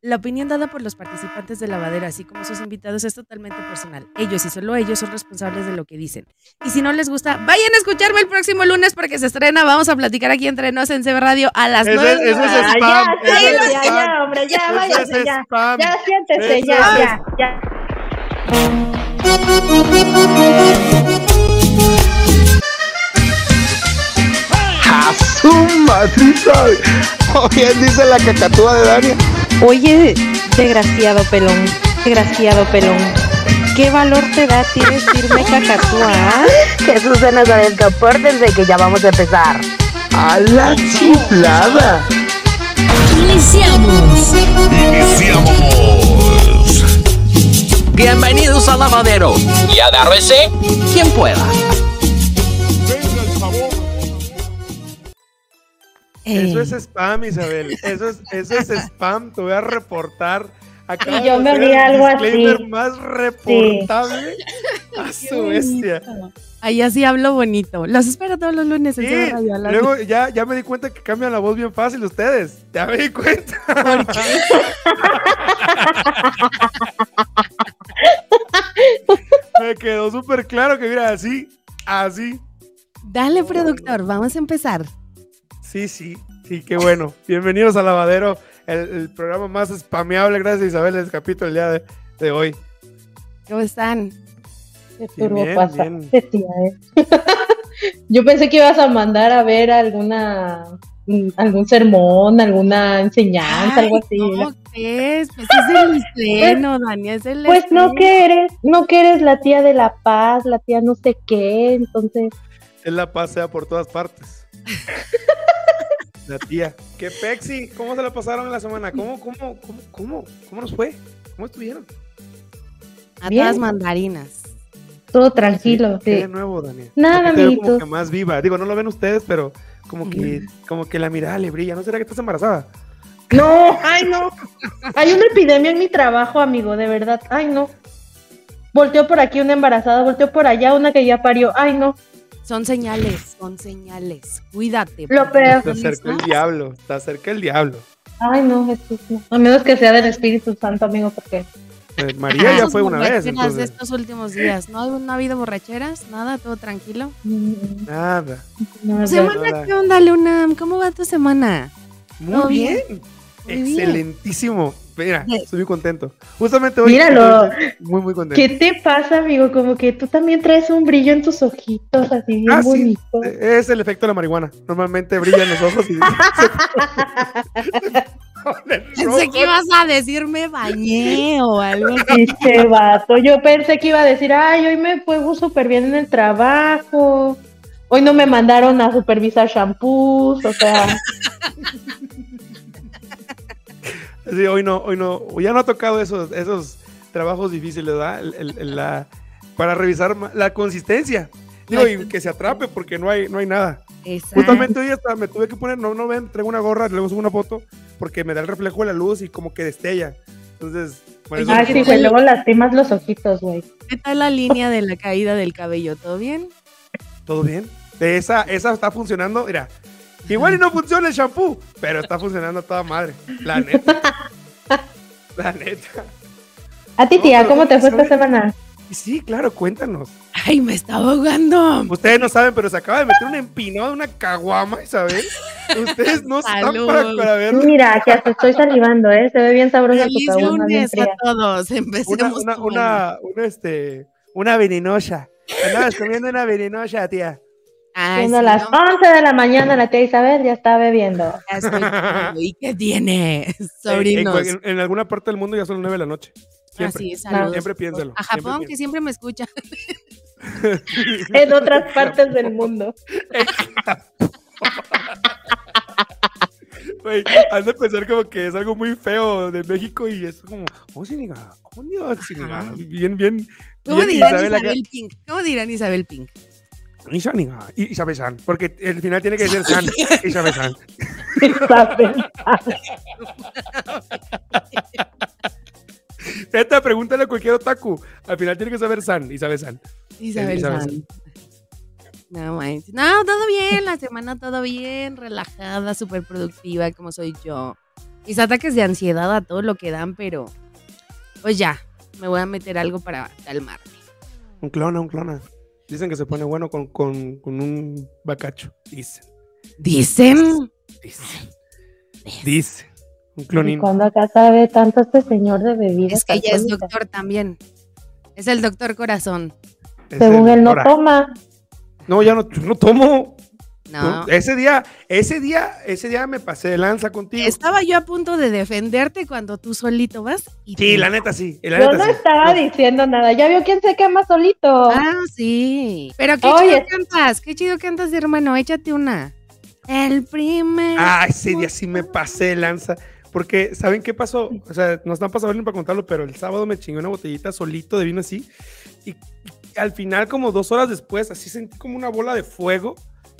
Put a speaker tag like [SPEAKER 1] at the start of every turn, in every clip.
[SPEAKER 1] La opinión dada por los participantes del lavadero, así como sus invitados, es totalmente personal. Ellos y solo ellos son responsables de lo que dicen. Y si no les gusta, vayan a escucharme el próximo lunes porque se estrena. Vamos a platicar aquí entre Nos en CB Radio a las
[SPEAKER 2] Ese-
[SPEAKER 1] 9.
[SPEAKER 2] ese Pues es
[SPEAKER 3] Ah,
[SPEAKER 2] spam,
[SPEAKER 3] ya,
[SPEAKER 2] ese es
[SPEAKER 3] siéntese, ya,
[SPEAKER 2] spam.
[SPEAKER 3] ya, hombre, ya,
[SPEAKER 2] Ese
[SPEAKER 3] váyase,
[SPEAKER 2] es
[SPEAKER 3] ya.
[SPEAKER 2] spam.
[SPEAKER 3] Ya, siéntese,
[SPEAKER 2] Ese
[SPEAKER 3] ya,
[SPEAKER 2] es-
[SPEAKER 3] ya, ya.
[SPEAKER 4] ¡A su madrita! O bien dice la cacatúa de Dania.
[SPEAKER 5] Oye, desgraciado pelón, desgraciado pelón, ¿qué valor te da a ti decirme cacatúa? ah?
[SPEAKER 3] Jesús de Nazaret, apórtense que ya vamos a empezar.
[SPEAKER 4] ¡A la chiflada!
[SPEAKER 6] Iniciamos.
[SPEAKER 7] Bienvenidos al lavadero. Y agárrese quien pueda.
[SPEAKER 2] Eso es
[SPEAKER 1] Ey.
[SPEAKER 2] spam, Isabel. Eso es, eso es spam. Te voy a reportar. Acabas
[SPEAKER 3] Y yo
[SPEAKER 2] de
[SPEAKER 3] me
[SPEAKER 2] hacer
[SPEAKER 3] vi
[SPEAKER 2] el
[SPEAKER 3] algo así.
[SPEAKER 2] disclaimer más reportable a su bestia.
[SPEAKER 1] Ahí así hablo bonito. Los espero todos los lunes en
[SPEAKER 2] Sí,
[SPEAKER 1] CB Radio. a las
[SPEAKER 2] luego ya, ya me di cuenta que cambian la voz bien fácil ustedes. Ya me di cuenta. me quedó súper claro que mira, así, así.
[SPEAKER 1] Dale, productor, vamos a empezar.
[SPEAKER 2] Sí, sí, sí, qué bueno. Bienvenidos a Lavadero, el, el programa más spameable. Gracias, Isabel, el capítulo el día de, de hoy.
[SPEAKER 1] ¿Cómo están?
[SPEAKER 5] Qué
[SPEAKER 2] Bien,
[SPEAKER 5] turbo
[SPEAKER 2] bien,
[SPEAKER 5] pasaste, tía, eh. Yo pensé que ibas a mandar a ver alguna mm, algún sermón, alguna enseñanza,
[SPEAKER 1] Ay,
[SPEAKER 5] algo así.
[SPEAKER 1] No, ¿qué es? Pues es el estreno, Dani, es el
[SPEAKER 5] Pues no
[SPEAKER 1] estreno.
[SPEAKER 5] que eres, no que eres la tía de la paz, la tía no sé qué, entonces
[SPEAKER 2] Es la pasea por todas partes. la tía. Qué pexi. ¿Cómo se la pasaron en la semana? ¿Cómo, cómo, cómo, cómo, cómo nos fue? ¿Cómo estuvieron?
[SPEAKER 1] A
[SPEAKER 5] Bien.
[SPEAKER 1] todas mandarinas.
[SPEAKER 5] todo tranquilo.
[SPEAKER 2] ¿Qué
[SPEAKER 5] sí.
[SPEAKER 2] de nuevo, Daniel?
[SPEAKER 5] Nada,
[SPEAKER 2] Aquí te veo Como
[SPEAKER 5] amiguitos.
[SPEAKER 2] que más viva. Digo, no lo ven ustedes, pero como que, como que la mirada le brilla. ¿No será que estás embarazada?
[SPEAKER 5] No, ay no. Hay una epidemia en mi trabajo, amigo, de verdad. Ay no. Volteó por aquí una embarazada, volteó por allá una que ya parió. Ay no.
[SPEAKER 1] Son señales, son señales. Cuídate.
[SPEAKER 5] Lo
[SPEAKER 1] porque
[SPEAKER 5] peor.
[SPEAKER 2] Te acerca el diablo. Te acerca el diablo.
[SPEAKER 5] Ay no, Jesús. no. A menos que sea del Espíritu Santo, amigo, porque
[SPEAKER 2] Eh, María ya
[SPEAKER 5] Ah,
[SPEAKER 1] Esas
[SPEAKER 2] fue una
[SPEAKER 1] Ah, borracheras
[SPEAKER 2] vez.
[SPEAKER 1] de
[SPEAKER 2] Entonces,
[SPEAKER 1] estos últimos días. ¿No, ha- no ha habido borracheras? Nada, todo tranquilo.
[SPEAKER 5] mm,
[SPEAKER 2] nada.
[SPEAKER 5] no es verdad.
[SPEAKER 1] Semana, ¿qué onda, Luna? ¿Cómo va tu semana?
[SPEAKER 2] Muy
[SPEAKER 1] Todo bien.
[SPEAKER 2] bien.
[SPEAKER 1] Muy bien.
[SPEAKER 2] Excelentísimo. Mira,
[SPEAKER 1] Sí.
[SPEAKER 2] estoy muy contento. Justamente hoy.
[SPEAKER 5] Míralo.
[SPEAKER 2] Muy, muy contento.
[SPEAKER 5] ¿Qué te pasa, amigo? Como que tú también traes un brillo en tus ojitos, así bien
[SPEAKER 2] Ah, sí.
[SPEAKER 5] bonito.
[SPEAKER 2] Eh, Es el efecto de la marihuana. Normalmente brillan los ojos y se
[SPEAKER 1] Pensé que ibas a decirme bañé o algo así.
[SPEAKER 5] Este vato, yo pensé que iba a decir, ay, hoy me fue súper bien en el trabajo, hoy no me mandaron a supervisar shampoos, o sea,
[SPEAKER 2] Sí, hoy no, hoy no, ya no ha tocado esos, esos trabajos difíciles, ¿verdad? El- el- el- la- para revisar ma- la consistencia. Digo,
[SPEAKER 1] La
[SPEAKER 2] y que se atrape porque no hay, no hay nada.
[SPEAKER 1] Exacto.
[SPEAKER 2] Justamente hoy hasta me tuve que poner, no, no ven, traigo una gorra, luego subo una foto porque me da el reflejo de la luz y como que destella. Entonces, por eso
[SPEAKER 1] Oye,
[SPEAKER 5] ay,
[SPEAKER 2] me
[SPEAKER 1] ¿qué
[SPEAKER 5] sí,
[SPEAKER 2] puse-
[SPEAKER 5] güey, luego lastimas los ojitos, güey.
[SPEAKER 1] ¿Qué tal la línea de la caída del cabello? ¿Todo bien?
[SPEAKER 2] ¿Todo bien? De esa, esa está funcionando, mira. Igual y no funciona el shampoo, pero está funcionando a toda madre. La neta. La neta.
[SPEAKER 5] A ti,
[SPEAKER 2] No,
[SPEAKER 5] tía,
[SPEAKER 2] pero
[SPEAKER 5] ¿cómo te
[SPEAKER 2] ¿cómo
[SPEAKER 5] fue
[SPEAKER 2] sabe?
[SPEAKER 5] esta semana?
[SPEAKER 2] Y sí, claro, cuéntanos.
[SPEAKER 1] ¡Ay, me está ahogando!
[SPEAKER 2] Ustedes no saben, pero se acaba de meter una empinada, una caguama, Isabel. Ustedes no están
[SPEAKER 1] Salud.
[SPEAKER 2] para, para ver
[SPEAKER 5] Mira, que hasta estoy salivando, ¿eh? Se ve bien sabrosa tu
[SPEAKER 1] ¡Feliz
[SPEAKER 5] caguama, bien
[SPEAKER 1] lunes a
[SPEAKER 5] fría.
[SPEAKER 1] todos!
[SPEAKER 2] una,
[SPEAKER 1] Empecemos
[SPEAKER 2] una,
[SPEAKER 1] con-
[SPEAKER 2] una, una, este, una venenosa. Andabas comiendo una venenosa, tía.
[SPEAKER 1] Ay,
[SPEAKER 5] Siendo
[SPEAKER 1] sí,
[SPEAKER 5] las
[SPEAKER 1] no,
[SPEAKER 5] 11 de la mañana, la tía Isabel ya está bebiendo.
[SPEAKER 1] ya estoy comiendo. ¿Y qué tiene?
[SPEAKER 2] Eh, En-
[SPEAKER 1] Sobrinos.
[SPEAKER 2] En, en alguna parte del mundo ya son las 9 de la noche. Siempre,
[SPEAKER 1] Así es, Ah, saludos.
[SPEAKER 2] siempre piénsalo.
[SPEAKER 1] A
[SPEAKER 2] siempre
[SPEAKER 1] Japón, que siempre me escucha.
[SPEAKER 5] En otras partes del mundo.
[SPEAKER 2] Güey, has de pensar como que es algo muy feo de México y es como, "Oh, ¿cómo se niega? ¿Cómo se niega? ¿Se niega? Bien, bien.
[SPEAKER 1] ¿Cómo
[SPEAKER 2] bien
[SPEAKER 1] dirán
[SPEAKER 2] Isabel acá,
[SPEAKER 1] Isabel Pink? ¿Cómo dirán Isabel Pink?
[SPEAKER 2] Isa niega, I- Isabel San. Porque el final tiene que decir San. Isabel San.
[SPEAKER 5] Isabel.
[SPEAKER 2] Esta pregúntale a cualquier otaku. Al final tiene que saber San. Isabel San.
[SPEAKER 1] Isabel
[SPEAKER 2] Isabel
[SPEAKER 1] San. No, manches. no, todo bien, la semana todo bien, relajada, súper productiva como soy yo. mis ataques de ansiedad a todo lo que dan, pero pues ya, me voy a meter algo para calmarme.
[SPEAKER 2] Un clona, un clona. Dicen que se pone bueno con, con, con un bacacho. Dicen,
[SPEAKER 1] Dicen,
[SPEAKER 2] dicen. Dicen. Un clonín.
[SPEAKER 5] Cuando acá sabe tanto este señor de bebidas.
[SPEAKER 1] es que ella es
[SPEAKER 5] alcohólicas?
[SPEAKER 1] doctor también. Es el doctor corazón.
[SPEAKER 2] Es
[SPEAKER 5] Según
[SPEAKER 2] el
[SPEAKER 5] él no
[SPEAKER 2] Cora.
[SPEAKER 5] toma.
[SPEAKER 2] No, ya no, yo no tomo.
[SPEAKER 1] No.
[SPEAKER 2] No, Ese día, ese día, ese día me pasé de lanza contigo.
[SPEAKER 1] Estaba yo a punto de defenderte cuando tú solito vas y
[SPEAKER 2] Sí,
[SPEAKER 1] te-
[SPEAKER 2] la neta sí. La
[SPEAKER 5] Yo
[SPEAKER 2] neta
[SPEAKER 5] no
[SPEAKER 2] sí.
[SPEAKER 5] estaba diciendo nada. Ya vio quién se quema solito.
[SPEAKER 1] Ah, sí. Pero qué
[SPEAKER 5] Oye.
[SPEAKER 1] chido cantas, qué chido cantas, hermano. Échate una. El primer.
[SPEAKER 2] Ah, ese día sí me pasé de lanza. Porque, ¿saben qué pasó? O sea, no están pasando ni para contarlo, pero el sábado me chingué una botellita solito de vino así. Y, y al final, como dos horas después, así sentí como una bola de fuego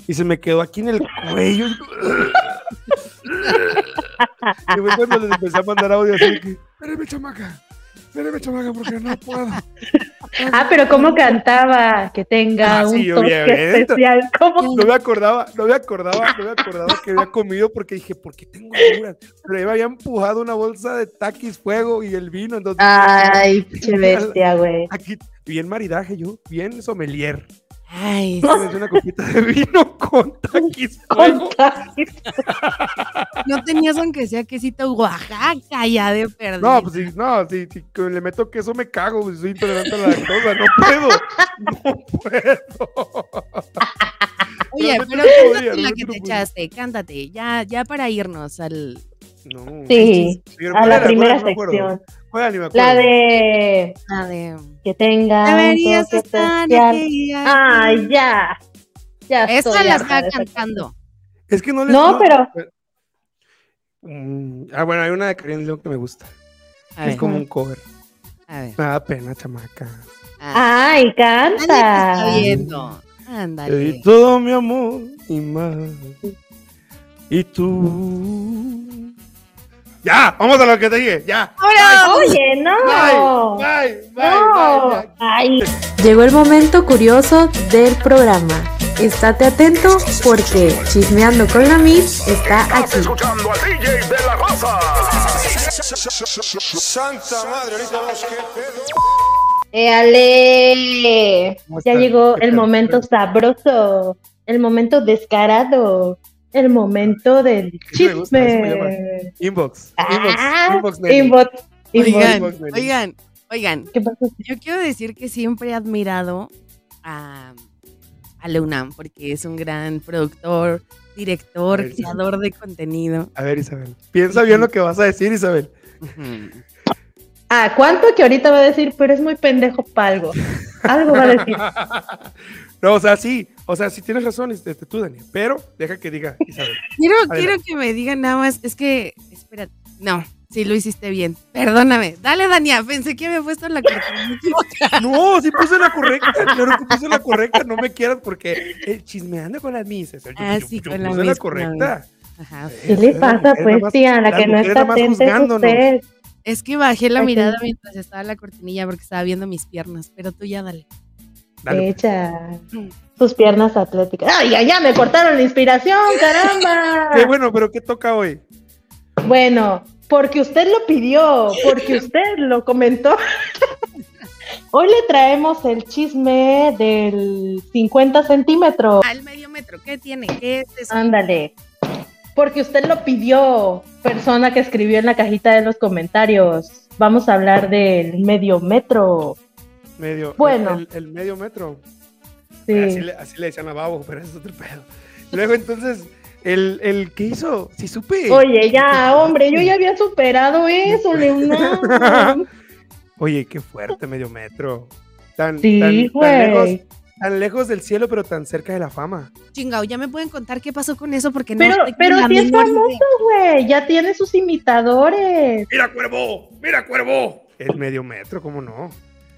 [SPEAKER 2] y se me quedó aquí en el cuello. y fue cuando les empecé a mandar audio así que, espérame, chamaca. Espérame, chamaca, porque no puedo.
[SPEAKER 5] Ah, pero cómo cantaba. Que tenga
[SPEAKER 2] Ah,
[SPEAKER 5] un
[SPEAKER 2] sí, yo vi
[SPEAKER 5] toque
[SPEAKER 2] adentro.
[SPEAKER 5] especial. ¿Cómo?
[SPEAKER 2] No me acordaba, no me acordaba, no me acordaba que había comido porque dije, ¿por qué tengo agruras? Pero ahí me había empujado una bolsa de taquis, fuego y el vino. Entonces,
[SPEAKER 5] Ay, pinche bestia, güey.
[SPEAKER 2] aquí, bien maridaje yo, bien sommelier.
[SPEAKER 1] Ay,
[SPEAKER 2] Tienes una copita de vino con taquis, fuego.
[SPEAKER 1] no tenías aunque sea quesito Oaxaca ya de perder.
[SPEAKER 2] No, pues sí, no, sí, sí, que le meto queso me cago, pues, soy intolerante a la lactosa, no puedo, no puedo.
[SPEAKER 1] Oye,
[SPEAKER 2] no, no
[SPEAKER 1] pero
[SPEAKER 2] te
[SPEAKER 1] cántate
[SPEAKER 2] podía,
[SPEAKER 1] la
[SPEAKER 2] no
[SPEAKER 1] que
[SPEAKER 2] te
[SPEAKER 1] te
[SPEAKER 2] podía.
[SPEAKER 1] echaste, cántate. Ya, ya para irnos al.
[SPEAKER 2] No.
[SPEAKER 5] Sí,
[SPEAKER 2] Pero
[SPEAKER 5] a
[SPEAKER 2] ¿cuál
[SPEAKER 5] la
[SPEAKER 2] era? ¿Cuál era?
[SPEAKER 5] primera
[SPEAKER 2] No me acuerdo.
[SPEAKER 5] sección.
[SPEAKER 2] ¿Cuál era? Ni me
[SPEAKER 5] La
[SPEAKER 2] acuerdo.
[SPEAKER 5] de
[SPEAKER 1] la de-
[SPEAKER 5] que tenga un
[SPEAKER 1] Deberías
[SPEAKER 5] toque
[SPEAKER 1] estar
[SPEAKER 5] especial.
[SPEAKER 1] aquí, aquí.
[SPEAKER 5] Ay, ya. Ah, Ya
[SPEAKER 1] Esa
[SPEAKER 5] estoy
[SPEAKER 1] la
[SPEAKER 5] harta
[SPEAKER 1] estaba
[SPEAKER 5] de esa
[SPEAKER 1] cantando.
[SPEAKER 2] Es que no le
[SPEAKER 5] No, pero-
[SPEAKER 2] Mm, ah, bueno, hay una de Karen León que me gusta.
[SPEAKER 1] A
[SPEAKER 2] es
[SPEAKER 1] ver,
[SPEAKER 2] como un cover.
[SPEAKER 1] a ver.
[SPEAKER 2] Me da pena, chamaca.
[SPEAKER 1] Ah,
[SPEAKER 5] Ay,
[SPEAKER 1] nadie te está
[SPEAKER 5] canta.
[SPEAKER 1] viendo.
[SPEAKER 2] Te di
[SPEAKER 1] Ándale.
[SPEAKER 2] todo mi amor y más. Y tú. Ya, vamos a lo que te dije. Ya.
[SPEAKER 1] Ahora,
[SPEAKER 5] Oye, no.
[SPEAKER 2] Bye, bye, bye.
[SPEAKER 5] No.
[SPEAKER 2] bye, ya.
[SPEAKER 5] Ay,
[SPEAKER 6] Llegó el momento curioso del programa. Estate atento porque Chismeando con la Miss está aquí.
[SPEAKER 8] escuchando al DJ de la raza. Santa madre, ahorita vamos que pedo.
[SPEAKER 2] Eh,
[SPEAKER 5] éale.
[SPEAKER 2] ¿Cómo
[SPEAKER 5] Ya
[SPEAKER 2] estás?
[SPEAKER 5] llegó
[SPEAKER 2] ¿Qué
[SPEAKER 5] el
[SPEAKER 2] tal?
[SPEAKER 5] momento sabroso, el momento descarado, el momento del
[SPEAKER 2] Sí, me gusta, eso me llama.
[SPEAKER 5] chisme.
[SPEAKER 2] Inbox. Inbox.
[SPEAKER 5] Ah,
[SPEAKER 2] Inbox, nene.
[SPEAKER 5] inbox,
[SPEAKER 1] oigan,
[SPEAKER 2] Inbox, Nelly.
[SPEAKER 1] oigan, oigan.
[SPEAKER 5] ¿Qué pasó?
[SPEAKER 1] Yo quiero decir que siempre he admirado a, a la UNAM porque es un gran productor, director,
[SPEAKER 2] Ay, sí.
[SPEAKER 1] creador de contenido.
[SPEAKER 2] A ver, Isabel. Piensa bien lo que vas a decir, Isabel.
[SPEAKER 5] Ah, ¿cuánto que ahorita va a decir? Pero es muy pendejo para algo. Algo va a decir.
[SPEAKER 2] No, o sea, sí. O sea, sí tienes razón, este, tú, Daniel. Pero deja que diga Isabel.
[SPEAKER 1] Quiero,
[SPEAKER 2] Adelante.
[SPEAKER 1] quiero que me digan nada más, es que, espérate, no, sí lo hiciste bien, perdóname. Dale, Dania, pensé que había puesto la correcta. me equivoqué.
[SPEAKER 2] No, sí puse la correcta, claro que puse la correcta, no me quieras porque el chismeando con las misas. Yo,
[SPEAKER 1] Ah,
[SPEAKER 2] yo-
[SPEAKER 1] sí,
[SPEAKER 2] yo
[SPEAKER 1] con la
[SPEAKER 2] puse la
[SPEAKER 1] mis,
[SPEAKER 2] correcta. Eh,
[SPEAKER 1] Ajá.
[SPEAKER 5] ¿Qué le pasa, pues, tía? La
[SPEAKER 2] las
[SPEAKER 5] que no
[SPEAKER 2] mujeres
[SPEAKER 5] está
[SPEAKER 2] nomás
[SPEAKER 5] atenta es
[SPEAKER 2] juzgándonos.
[SPEAKER 5] usted.
[SPEAKER 1] Es que bajé la
[SPEAKER 5] Ay, sí.
[SPEAKER 1] mirada mientras estaba la cortinilla porque estaba viendo mis piernas, pero tú ya dale.
[SPEAKER 2] Dale, pues.
[SPEAKER 5] Echa sus piernas atléticas. ¡Ay, ya, ya! Me cortaron la inspiración, caramba.
[SPEAKER 2] Qué bueno, pero ¿qué toca hoy?
[SPEAKER 5] Bueno, porque usted lo pidió, porque usted lo comentó. Hoy le traemos el chisme del 50 centímetros.
[SPEAKER 1] Al medio metro, ¿qué tiene? ¿Qué es eso?
[SPEAKER 5] Ándale. Porque usted lo pidió, persona que escribió en la cajita de los comentarios. Vamos a hablar del medio metro.
[SPEAKER 2] Medio,
[SPEAKER 5] Bueno.
[SPEAKER 2] el, el medio metro. Así,
[SPEAKER 5] Sí.
[SPEAKER 2] le, así le decían a Babo, pero eso es otro pedo. Luego entonces, el, el que hizo, sí supe.
[SPEAKER 5] Oye, ya, hombre, yo ya había superado eso, Leonardo.
[SPEAKER 2] Oye, qué fuerte medio metro. Tan,
[SPEAKER 5] Sí,
[SPEAKER 2] tan, tan
[SPEAKER 5] güey.
[SPEAKER 2] lejos, tan lejos del cielo, pero tan cerca de la fama.
[SPEAKER 1] Chingao, ya me pueden contar qué pasó con eso porque no
[SPEAKER 5] Ah. Pero,
[SPEAKER 1] tengo
[SPEAKER 5] pero
[SPEAKER 1] la
[SPEAKER 5] sí es
[SPEAKER 1] menor idea.
[SPEAKER 5] famoso, güey. Ya tiene sus imitadores.
[SPEAKER 2] ¡Mira, cuervo! ¡Mira, cuervo! Es medio metro, ¿cómo no?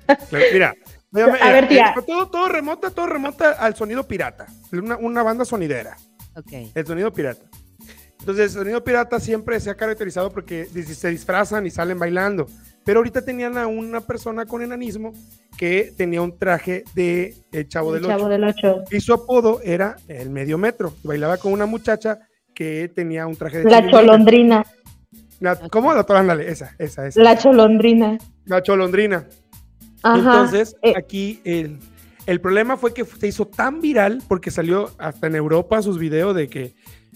[SPEAKER 2] Claro, mira, mira, mira,
[SPEAKER 5] ver, tía.
[SPEAKER 2] eh, todo, todo remota, todo remota al sonido pirata. Una, una banda sonidera,
[SPEAKER 1] Ok.
[SPEAKER 2] el sonido pirata. Entonces, el sonido pirata siempre se ha caracterizado porque dis- se disfrazan y salen bailando. Pero ahorita tenían a una persona con enanismo que tenía un traje de eh, Chavo
[SPEAKER 5] El
[SPEAKER 2] del
[SPEAKER 5] Chavo
[SPEAKER 2] Ocho.
[SPEAKER 5] del Ocho.
[SPEAKER 2] Y su apodo era el medio metro. Bailaba con una muchacha que tenía un traje de
[SPEAKER 5] La
[SPEAKER 2] chilindrina.
[SPEAKER 5] cholondrina.
[SPEAKER 2] La- ¿Cómo? La torre, ándale, esa, esa, esa.
[SPEAKER 5] La cholondrina.
[SPEAKER 2] La cholondrina.
[SPEAKER 5] Ajá.
[SPEAKER 2] Entonces,
[SPEAKER 5] Eh,
[SPEAKER 2] aquí el, el problema fue que se hizo tan viral porque salió hasta en Europa sus videos de que,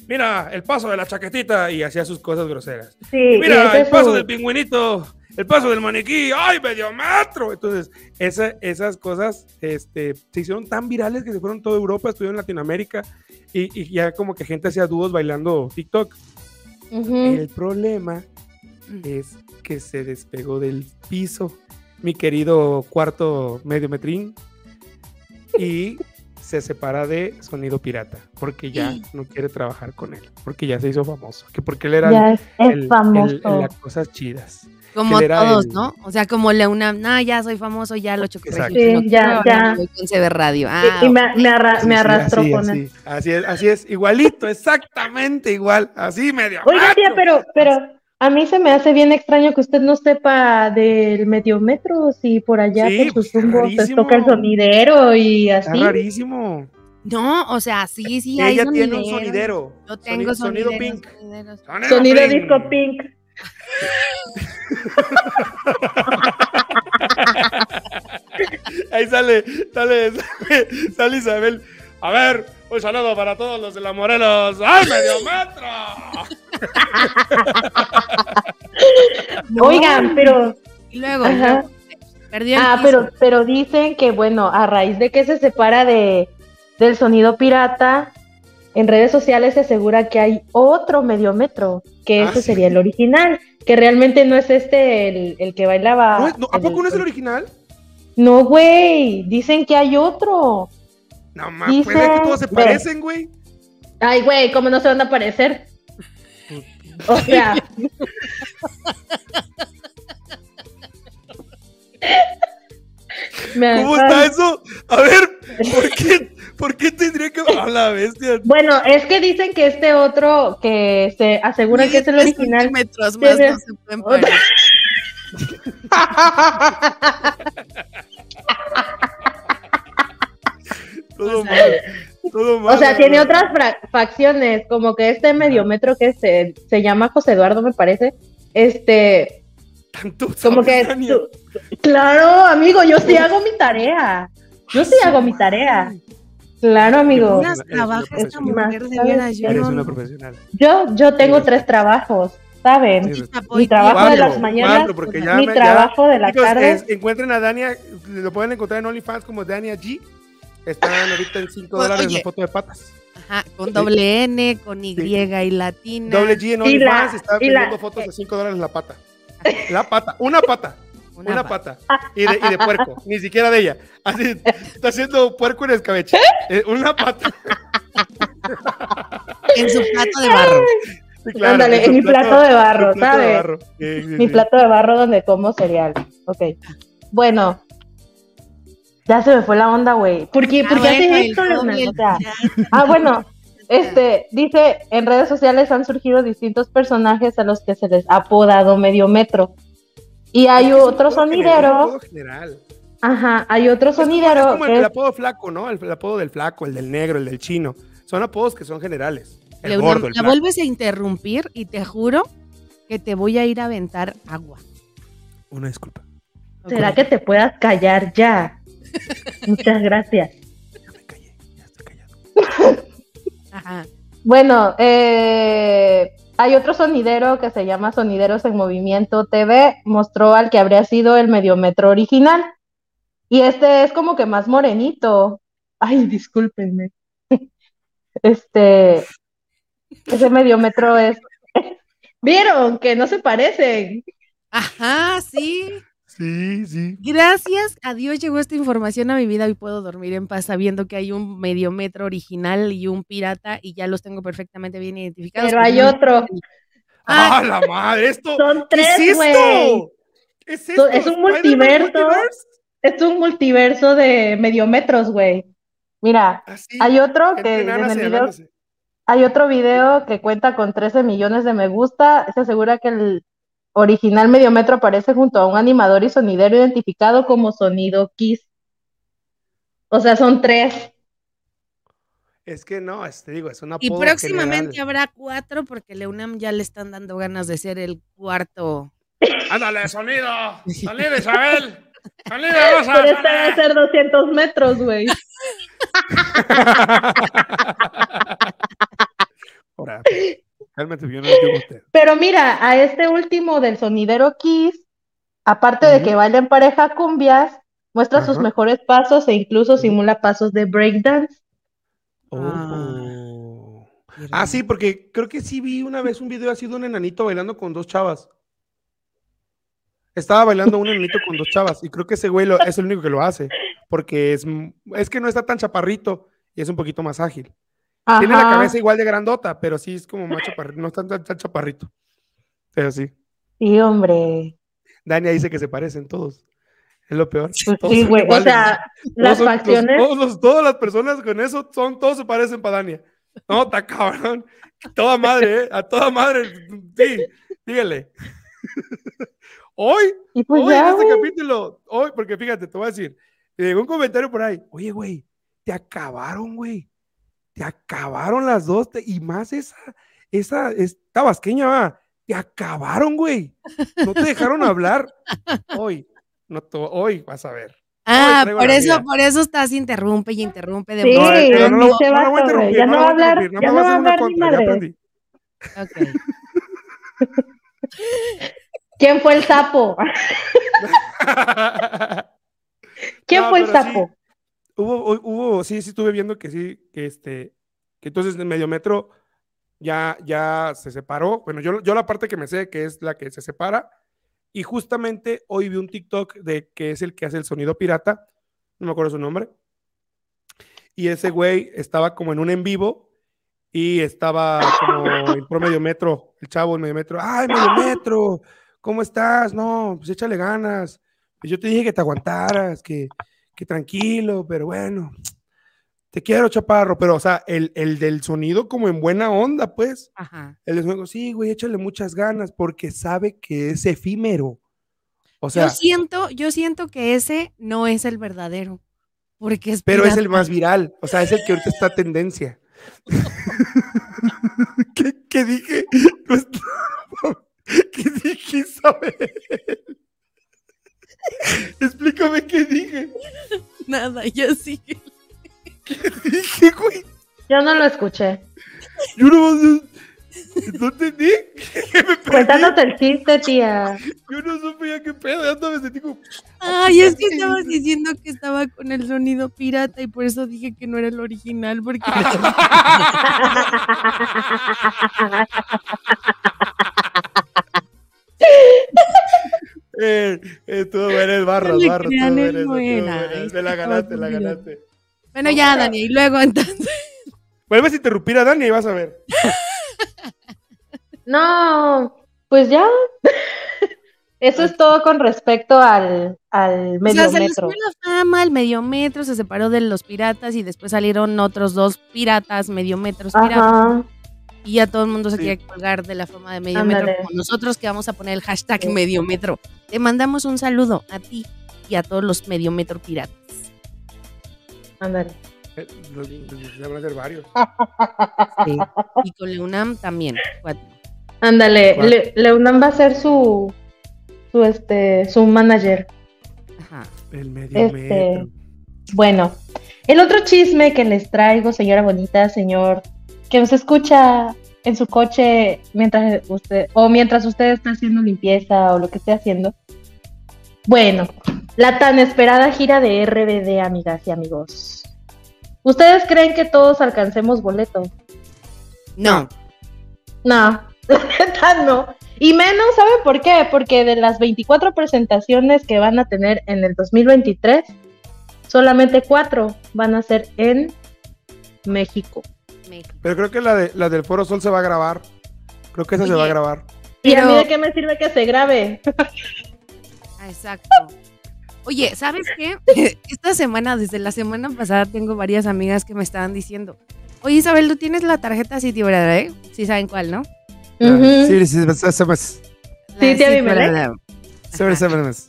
[SPEAKER 2] mira, el paso de la chaquetita y hacía sus cosas groseras.
[SPEAKER 5] sí, y
[SPEAKER 2] Mira,
[SPEAKER 5] ese
[SPEAKER 2] el
[SPEAKER 5] es
[SPEAKER 2] paso
[SPEAKER 5] su-
[SPEAKER 2] del pingüinito, el paso del maniquí, ¡ay, medio metro! Entonces, esa- esas cosas este, se hicieron tan virales que se fueron toda Europa, estuvieron en Latinoamérica y, y ya como que gente hacía dúos bailando TikTok.
[SPEAKER 5] Ujú.
[SPEAKER 2] El problema es que se despegó del piso, mi querido cuarto medio metrín, y se separa de Sonido Pirata, porque ya no quiere trabajar con él, porque ya se hizo famoso, que porque él era
[SPEAKER 5] Ya es, es
[SPEAKER 2] el- el-
[SPEAKER 5] famoso.
[SPEAKER 2] el- las cosas chidas.
[SPEAKER 1] Como
[SPEAKER 2] que él era
[SPEAKER 1] todos,
[SPEAKER 2] el-
[SPEAKER 1] ¿no? O sea, como la UNAM, no, ya soy famoso, ya lo choqué.
[SPEAKER 2] Exacto.
[SPEAKER 5] Sí, ya, ya.
[SPEAKER 1] Voy con CB Radio.
[SPEAKER 5] Y-
[SPEAKER 1] Ah,
[SPEAKER 5] y me, me arra-
[SPEAKER 2] Sí,
[SPEAKER 5] me
[SPEAKER 2] sí,
[SPEAKER 5] arrastró
[SPEAKER 2] así,
[SPEAKER 5] con él.
[SPEAKER 2] así, así es, así es, igualito, exactamente igual, así medio.
[SPEAKER 5] Oiga, tía,
[SPEAKER 2] macho.
[SPEAKER 5] pero, pero a mí se me hace bien extraño que usted no sepa del mediometro, si por allá
[SPEAKER 2] Sí,
[SPEAKER 5] por sus
[SPEAKER 2] pues,
[SPEAKER 5] rumbos les
[SPEAKER 2] rarísimo.
[SPEAKER 5] toca el sonidero y
[SPEAKER 2] Está
[SPEAKER 5] así.
[SPEAKER 2] rarísimo.
[SPEAKER 1] no, o sea, sí, sí, hay
[SPEAKER 2] Ella tiene un
[SPEAKER 1] sonideros.
[SPEAKER 2] sonidero.
[SPEAKER 1] Yo tengo
[SPEAKER 2] sonido,
[SPEAKER 1] sonido,
[SPEAKER 2] sonido pink.
[SPEAKER 5] Sonido
[SPEAKER 2] pink.
[SPEAKER 5] disco pink.
[SPEAKER 2] Ahí sale, sale, sale, sale Isabel. A ver, un saludo para todos los de la Morelos. ¡Ay, medio
[SPEAKER 5] Ah,
[SPEAKER 2] metro!
[SPEAKER 5] Oigan, pero,
[SPEAKER 1] Y luego,
[SPEAKER 5] Ajá.
[SPEAKER 1] perdió el
[SPEAKER 5] ah,
[SPEAKER 1] piso.
[SPEAKER 5] pero, pero dicen que, bueno, a raíz de que se separa de, del sonido pirata, en redes sociales se asegura que hay otro mediometro, que
[SPEAKER 2] Ah,
[SPEAKER 5] ese
[SPEAKER 2] sí.
[SPEAKER 5] sería el original, que realmente no es este el, el que bailaba.
[SPEAKER 2] No, no, ¿A poco no es el
[SPEAKER 5] el-
[SPEAKER 2] original?
[SPEAKER 5] No, güey, dicen que hay otro.
[SPEAKER 2] No mames, pues es que todos se
[SPEAKER 5] Dice-
[SPEAKER 2] parecen, güey.
[SPEAKER 5] Ay, güey, ¿cómo no se van a parecer? O sea. Me
[SPEAKER 2] ¿Cómo
[SPEAKER 5] acuerdo.
[SPEAKER 2] está eso? A ver, ¿por qué, por qué tendría que. ¡A la bestia!
[SPEAKER 5] Bueno, es que dicen que este otro que se aseguran que es el
[SPEAKER 1] Tres
[SPEAKER 5] original.
[SPEAKER 1] centímetros más no
[SPEAKER 5] Tiene
[SPEAKER 1] se pueden poner.
[SPEAKER 2] Todo mal. Todo mal.
[SPEAKER 5] O sea,
[SPEAKER 2] la
[SPEAKER 5] tiene
[SPEAKER 2] verdad.
[SPEAKER 5] otras fra- facciones, como que este mediometro que se, se llama José Eduardo, me parece. Este,
[SPEAKER 2] Tanto
[SPEAKER 5] como que.
[SPEAKER 2] sabor, Tania.
[SPEAKER 5] tú- claro, amigo, yo sí hago mi tarea. Yo sí hago mi tarea. Claro, amigo.
[SPEAKER 2] Eres
[SPEAKER 1] Unas
[SPEAKER 2] una
[SPEAKER 1] trabaja esta
[SPEAKER 2] profesional.
[SPEAKER 1] mujer de veras, yo
[SPEAKER 2] Pues, Eres
[SPEAKER 1] no-
[SPEAKER 2] una profesional.
[SPEAKER 5] Yo, yo tengo
[SPEAKER 2] Eres-
[SPEAKER 5] tres trabajos, ¿saben?
[SPEAKER 2] Sí,
[SPEAKER 5] Mi trabajo de
[SPEAKER 2] Cuatro,
[SPEAKER 5] las mañanas,
[SPEAKER 2] cuatro, porque ya
[SPEAKER 5] mi
[SPEAKER 2] me- ya-
[SPEAKER 5] trabajo de la
[SPEAKER 2] Chicos,
[SPEAKER 5] tarde.
[SPEAKER 2] es- encuentren a Dania, lo pueden encontrar en OnlyFans como Dania G. Están ahorita en 5
[SPEAKER 1] Oye.
[SPEAKER 2] dólares la foto de patas.
[SPEAKER 1] Ajá, con doble N, con Y y latina.
[SPEAKER 2] Doble G en
[SPEAKER 5] Y la-
[SPEAKER 2] OnlyFans está
[SPEAKER 5] y la-
[SPEAKER 2] vendiendo fotos de 5 dólares la pata. La pata, una pata, una,
[SPEAKER 1] pa-
[SPEAKER 2] pata. Y de, y de puerco, ni siquiera de ella. Así, está haciendo puerco en escabeche. Eh, una pata.
[SPEAKER 1] En su plato de barro.
[SPEAKER 2] Sí, claro,
[SPEAKER 5] Ándale,
[SPEAKER 2] su
[SPEAKER 5] en mi plato de barro,
[SPEAKER 2] su plato de
[SPEAKER 5] ¿sabes?
[SPEAKER 2] barro. Sí, sí,
[SPEAKER 5] mi
[SPEAKER 2] sí.
[SPEAKER 5] plato de barro donde como cereal. Ok. Bueno. Ya se me fue la onda, güey. ¿Por qué,
[SPEAKER 1] Ah,
[SPEAKER 5] ¿por qué haces
[SPEAKER 1] bueno, el
[SPEAKER 5] esto, Leonardo?
[SPEAKER 1] doble,
[SPEAKER 5] O sea, ah, bueno. Este, dice, en redes sociales han surgido distintos personajes a los que se les ha apodado medio metro. Y hay
[SPEAKER 2] Es que es un
[SPEAKER 5] otro
[SPEAKER 2] apodo general, un
[SPEAKER 5] sonidero,
[SPEAKER 2] apodo general.
[SPEAKER 5] ajá, hay otro
[SPEAKER 2] Es como-
[SPEAKER 5] sonidero.
[SPEAKER 2] Es como el,
[SPEAKER 5] que
[SPEAKER 2] el
[SPEAKER 5] es-
[SPEAKER 2] apodo flaco, ¿no? El, el apodo del flaco, el del negro, el del chino. Son apodos que son generales. El
[SPEAKER 1] Leonam,
[SPEAKER 2] gordo, el
[SPEAKER 1] la
[SPEAKER 2] flaco.
[SPEAKER 1] vuelves a interrumpir y te juro que te voy a ir a aventar agua.
[SPEAKER 2] Una disculpa.
[SPEAKER 5] ¿Será que te puedas callar ya? Muchas gracias.
[SPEAKER 2] Ya me callé, ya estoy callado.
[SPEAKER 1] Ajá.
[SPEAKER 5] Bueno, eh, hay otro sonidero que se llama Sonideros en Movimiento TV, mostró al que habría sido el mediometro original. Y este es como que más morenito. Ay, discúlpenme. Este, ese mediometro es... ¿Vieron que no se parecen?
[SPEAKER 1] Ajá, sí.
[SPEAKER 2] Sí, sí.
[SPEAKER 1] Gracias a Dios llegó esta información a mi vida y puedo dormir en paz sabiendo que hay un medio metro original y un pirata y ya los tengo perfectamente bien identificados.
[SPEAKER 5] Pero hay
[SPEAKER 1] Porque-
[SPEAKER 5] otro.
[SPEAKER 1] Ah,
[SPEAKER 2] ¡Ah, la madre! ¡Esto!
[SPEAKER 5] Son
[SPEAKER 2] ¿Qué
[SPEAKER 5] tres,
[SPEAKER 2] es
[SPEAKER 5] güey.
[SPEAKER 2] esto? ¿Qué es
[SPEAKER 5] So-
[SPEAKER 2] esto?
[SPEAKER 5] es un
[SPEAKER 2] ¿Spider-Man
[SPEAKER 5] multiverso.
[SPEAKER 2] Multiverse?
[SPEAKER 5] Es un multiverso de mediometros, güey. Mira,
[SPEAKER 2] Así.
[SPEAKER 5] hay otro
[SPEAKER 2] gente
[SPEAKER 5] que en
[SPEAKER 2] enana
[SPEAKER 5] el video
[SPEAKER 2] señalándose.
[SPEAKER 5] Hay otro video que cuenta con 13 millones de me gusta. Se asegura que el original Mediometro aparece junto a un animador y sonidero identificado como Sonido Kiss. O sea, son tres.
[SPEAKER 2] Es que no, es- te digo, es una
[SPEAKER 1] Y próximamente habrá cuatro porque Leunam ya le están dando ganas de ser el cuarto.
[SPEAKER 2] ¡Ándale, sonido! ¡Sonido, Isabel! ¡Sonido,
[SPEAKER 5] Pero esta debe ser 200 metros, güey.
[SPEAKER 2] Ahora, cálmate, yo no lo digo a usted.
[SPEAKER 5] Pero mira, a este último del sonidero Kiss, aparte de
[SPEAKER 2] Ujú.
[SPEAKER 5] que baila en pareja cumbias, muestra sus
[SPEAKER 2] Ajá.
[SPEAKER 5] mejores pasos e incluso simula pasos de breakdance.
[SPEAKER 2] Oh. Ah, sí, porque creo que sí vi una vez un video así de un enanito bailando con dos chavas. Estaba bailando un enanito con dos chavas y creo que ese güey lo- es el único que lo hace, porque es, m- es que no está tan chaparrito y es un poquito más ágil. Tiene la
[SPEAKER 5] Ajá.
[SPEAKER 2] cabeza igual de grandota, pero sí es como más chaparrito, no está tan, tan chaparrito. Pero sí,
[SPEAKER 5] Sí, hombre.
[SPEAKER 2] Dania dice que se parecen todos. Es lo peor.
[SPEAKER 5] Pues
[SPEAKER 2] Todos
[SPEAKER 5] sí,
[SPEAKER 2] son
[SPEAKER 5] güey. O
[SPEAKER 2] iguales.
[SPEAKER 5] sea,
[SPEAKER 2] Todos
[SPEAKER 5] las
[SPEAKER 2] son- los-
[SPEAKER 5] facciones.
[SPEAKER 2] todos los- todas las personas con eso son, todos se parecen para Dania. No, está cabrón. Toda madre, ¿eh? A toda madre. Sí, dígale. Hoy,
[SPEAKER 5] Y pues
[SPEAKER 2] hoy
[SPEAKER 5] ya,
[SPEAKER 2] en este
[SPEAKER 5] güey.
[SPEAKER 2] capítulo, hoy, porque fíjate, te voy a decir, llegó un comentario por ahí. Oye, güey, te acabaron, güey. Te acabaron las dos. te- y más esa, esa, es tabasqueña, va. Te acabaron, güey. No te dejaron hablar. Hoy, no te- hoy vas a ver.
[SPEAKER 1] Ah,
[SPEAKER 2] traigo
[SPEAKER 1] por
[SPEAKER 2] la
[SPEAKER 1] eso,
[SPEAKER 2] vida.
[SPEAKER 1] por eso estás interrumpe y interrumpe de
[SPEAKER 5] Sí,
[SPEAKER 2] No, eh, pero no lo- no
[SPEAKER 5] pinche
[SPEAKER 2] lo voy a
[SPEAKER 5] vato, güey.
[SPEAKER 2] interrumpir,
[SPEAKER 5] Ya
[SPEAKER 2] no
[SPEAKER 5] no
[SPEAKER 2] lo
[SPEAKER 5] va a
[SPEAKER 2] voy a
[SPEAKER 5] hablar,
[SPEAKER 2] interrumpir, nada
[SPEAKER 5] ya no
[SPEAKER 2] más
[SPEAKER 5] va a
[SPEAKER 2] hacer una
[SPEAKER 5] hablar ni
[SPEAKER 2] contra, ya
[SPEAKER 5] madre.
[SPEAKER 2] aprendí. este,
[SPEAKER 1] Ok.
[SPEAKER 5] ¿Quién fue el sapo? ¿Quién
[SPEAKER 2] No,
[SPEAKER 5] fue el
[SPEAKER 2] pero sí.
[SPEAKER 5] sapo?
[SPEAKER 2] Hubo, hu- hubo, sí, sí estuve viendo que sí, que este, que entonces el Mediometro ya, ya se separó. Bueno, yo, yo la parte que me sé, que es la que se separa. Y justamente hoy vi un TikTok de que es el que hace el sonido pirata, no me acuerdo su nombre. Y ese güey estaba como en un en vivo y estaba como el pro Mediometro, el chavo del Mediometro. ¡Ay, Mediometro! ¿Cómo estás? No, pues échale ganas. Pues yo te dije que te aguantaras, que, que tranquilo, pero bueno, te quiero, chaparro. Pero, o sea, el, el del sonido como en buena onda, pues.
[SPEAKER 1] Ajá.
[SPEAKER 2] El del sonido, sí, güey, échale muchas ganas porque sabe que es efímero. O sea,
[SPEAKER 1] yo siento, yo siento que ese no es el verdadero. Porque es
[SPEAKER 2] pero es el
[SPEAKER 1] pirata.
[SPEAKER 2] más viral. O sea, es el que ahorita está tendencia. ¿Qué, qué dije? No está- ¿Qué dije, Isabel? Explícame qué dije.
[SPEAKER 1] nada, ya sí.
[SPEAKER 2] ¿Qué dije, güey?
[SPEAKER 5] Yo no lo escuché.
[SPEAKER 2] Yo no, no, no entendí. que me perdí.
[SPEAKER 5] Cuéntanos el chiste, tía.
[SPEAKER 2] Yo no supe ya qué pedo. Ya hasta me sentí como.
[SPEAKER 1] Ay, es que
[SPEAKER 2] Sí.
[SPEAKER 1] estabas diciendo que estaba con el sonido pirata y por eso dije que no era el original, porque
[SPEAKER 5] Ah,
[SPEAKER 2] Eh, estuvo bueno el barra,
[SPEAKER 1] No le
[SPEAKER 2] barra. Estuvo
[SPEAKER 1] crean,
[SPEAKER 2] bueno,
[SPEAKER 1] él
[SPEAKER 2] eso,
[SPEAKER 1] no
[SPEAKER 2] estuvo
[SPEAKER 1] era,
[SPEAKER 2] bueno.
[SPEAKER 1] es
[SPEAKER 2] Te la
[SPEAKER 1] que
[SPEAKER 2] ganaste,
[SPEAKER 1] estaba
[SPEAKER 2] la
[SPEAKER 1] dormido.
[SPEAKER 2] ganaste.
[SPEAKER 1] bueno, ya, Dani, y luego entonces.
[SPEAKER 2] Vuelves a interrumpir a Dani y vas a ver.
[SPEAKER 5] No, pues ya. Eso es todo con respecto al, al
[SPEAKER 1] O sea,
[SPEAKER 5] medio
[SPEAKER 1] se les
[SPEAKER 5] metro.
[SPEAKER 1] fue la fama, el mediometro se separó de los piratas y después salieron otros dos piratas, mediometros piratas,
[SPEAKER 5] Ajá.
[SPEAKER 1] y ya todo el mundo se
[SPEAKER 2] Sí.
[SPEAKER 1] quiere colgar de la fama de mediometro
[SPEAKER 5] Ándale.
[SPEAKER 1] como nosotros que vamos a poner el hashtag
[SPEAKER 5] Sí.
[SPEAKER 1] mediometro. Te mandamos un saludo a ti y a todos los mediometro piratas.
[SPEAKER 5] Ándale.
[SPEAKER 2] Eh, los- los- Ya van a ser varios.
[SPEAKER 1] Sí. Y con Leunam también. cuatro.
[SPEAKER 5] Ándale.
[SPEAKER 2] Bueno.
[SPEAKER 5] Le- Leonam va a ser su, su este, su manager.
[SPEAKER 1] Ajá.
[SPEAKER 2] El medio
[SPEAKER 5] Este.
[SPEAKER 2] metro.
[SPEAKER 5] Bueno, el otro chisme que les traigo, señora bonita, señor, que nos escucha en su coche mientras usted, o mientras usted está haciendo limpieza o lo que esté haciendo. Bueno, la tan esperada gira de RBD, amigas y amigos. ¿Ustedes creen que todos alcancemos boleto?
[SPEAKER 1] No.
[SPEAKER 5] No, la neta no. Y menos, ¿saben por qué? Porque de las 24 presentaciones que van a tener en el 2023, solamente cuatro van a ser en México.
[SPEAKER 2] Pero creo que la, de, la del Foro Sol se va a grabar. Creo que esa se va a
[SPEAKER 1] Oye.
[SPEAKER 2] grabar.
[SPEAKER 5] ¿Y a
[SPEAKER 1] Pero-
[SPEAKER 5] mí de qué me sirve que se grabe?
[SPEAKER 1] Ah, Exacto. Oye, ¿sabes qué? Eh, Esta semana, desde la semana pasada, tengo varias amigas que me estaban diciendo, oye Isabel, tú tienes la tarjeta City, ¿verdad? eh? Sí saben cuál, ¿no?
[SPEAKER 5] Ujú.
[SPEAKER 2] Sí, sí, sí, se más.
[SPEAKER 1] La
[SPEAKER 5] Sí, tía
[SPEAKER 1] City,
[SPEAKER 5] Vimelec.
[SPEAKER 1] ¿verdad?
[SPEAKER 2] Se se más.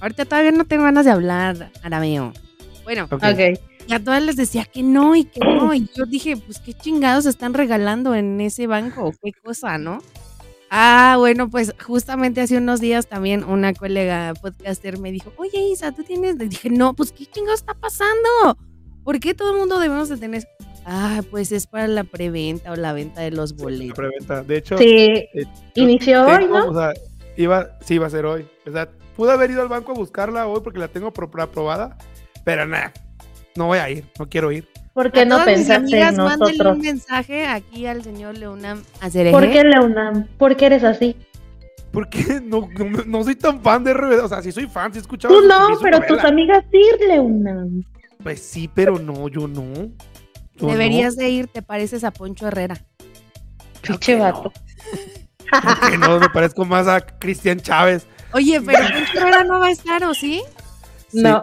[SPEAKER 1] Ahorita todavía no tengo ganas de hablar, arameo. Bueno,
[SPEAKER 2] Ok.
[SPEAKER 5] Ok.
[SPEAKER 1] Y a todas les decía que no y que no. Y yo dije, pues qué chingados están regalando en ese banco, qué cosa, ¿no? Ah, bueno, pues justamente hace unos días también una colega podcaster me dijo, oye Isa, ¿tú tienes? Le dije, no, pues qué chingados está pasando. ¿Por qué todo el mundo debemos de tener? Ah, pues es para la preventa o la venta de los
[SPEAKER 2] La
[SPEAKER 1] boletos.
[SPEAKER 2] preventa. De hecho,
[SPEAKER 5] Sí,
[SPEAKER 2] eh,
[SPEAKER 5] inició
[SPEAKER 2] tengo,
[SPEAKER 5] hoy, ¿no?
[SPEAKER 2] O sea, iba, sí, iba a ser hoy. O sea, pude haber ido al banco a buscarla hoy porque la tengo pro- aprobada, pero nada, no voy a ir, no quiero ir.
[SPEAKER 1] A
[SPEAKER 9] porque no
[SPEAKER 1] todas mis
[SPEAKER 9] pensaste
[SPEAKER 1] amigas,
[SPEAKER 9] en
[SPEAKER 1] mándenle
[SPEAKER 9] nosotros?
[SPEAKER 1] un mensaje aquí al señor Leonam
[SPEAKER 9] ¿Por
[SPEAKER 1] Acereje.
[SPEAKER 9] qué la UNAM? ¿Por qué eres así?
[SPEAKER 2] Porque no, no, me- no soy tan fan de RBD. O sea, sí soy fan, sí he escuchado.
[SPEAKER 9] Tú
[SPEAKER 2] sus-
[SPEAKER 9] no,
[SPEAKER 2] vi su
[SPEAKER 9] pero tus
[SPEAKER 2] novela.
[SPEAKER 9] amigas sí, Leunam.
[SPEAKER 2] Pues sí, pero no, yo no. Yo
[SPEAKER 1] Deberías de ir, te pareces a Poncho Herrera.
[SPEAKER 9] Pinche vato.
[SPEAKER 2] No, Creo que no, me parezco más a Cristian Chávez.
[SPEAKER 1] Oye, pero Poncho Herrera no va a estar, ¿o sí?
[SPEAKER 2] Sí,
[SPEAKER 9] No,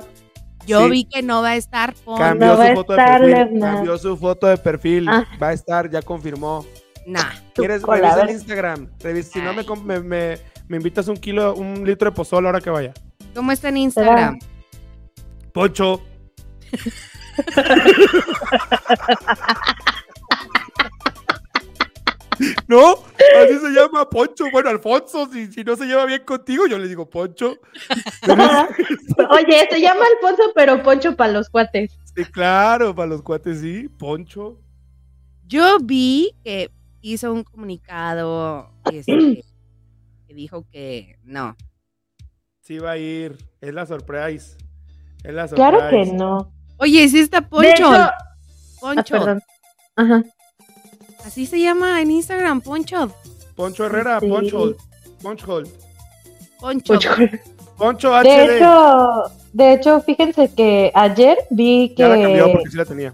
[SPEAKER 1] Yo
[SPEAKER 2] Sí.
[SPEAKER 1] vi que no va a estar. Pon.
[SPEAKER 2] Cambió
[SPEAKER 9] No va
[SPEAKER 2] su
[SPEAKER 9] a
[SPEAKER 2] foto
[SPEAKER 9] estar,
[SPEAKER 2] de perfil.
[SPEAKER 9] Lerna.
[SPEAKER 2] Cambió su foto de perfil.
[SPEAKER 9] Ah.
[SPEAKER 2] Va a estar, ya confirmó.
[SPEAKER 1] Nah.
[SPEAKER 2] ¿Quieres
[SPEAKER 9] cola,
[SPEAKER 2] revisa
[SPEAKER 9] a
[SPEAKER 2] el
[SPEAKER 9] ver.
[SPEAKER 2] Instagram? Revisa, si no me, com- me, me- me invitas un kilo, un litro de pozol ahora que vaya.
[SPEAKER 1] ¿Cómo está en Instagram?
[SPEAKER 2] Pocho. ¿No? Así se llama Poncho. Bueno, Alfonso, si, si no se lleva bien contigo, yo le digo Poncho.
[SPEAKER 5] Oye, se llama Alfonso, pero Poncho para los cuates.
[SPEAKER 2] Sí, claro, para los cuates sí, Poncho.
[SPEAKER 1] Yo vi que hizo un comunicado este, que dijo que no.
[SPEAKER 2] Sí va a ir. Es la surprise. Es la surprise.
[SPEAKER 9] claro que no.
[SPEAKER 1] Oye, sí está
[SPEAKER 9] De
[SPEAKER 1] Poncho.
[SPEAKER 9] hecho- Ah,
[SPEAKER 1] Poncho.
[SPEAKER 9] perdón. Ajá.
[SPEAKER 1] Así se llama en Instagram, Poncho.
[SPEAKER 2] Poncho Herrera,
[SPEAKER 9] Sí.
[SPEAKER 2] Poncho. Poncho.
[SPEAKER 1] Poncho.
[SPEAKER 9] Poncho.
[SPEAKER 2] Poncho
[SPEAKER 5] De
[SPEAKER 2] HD.
[SPEAKER 5] hecho, de hecho, fíjense que ayer vi
[SPEAKER 2] ya la cambió
[SPEAKER 5] que
[SPEAKER 2] porque sí la tenía.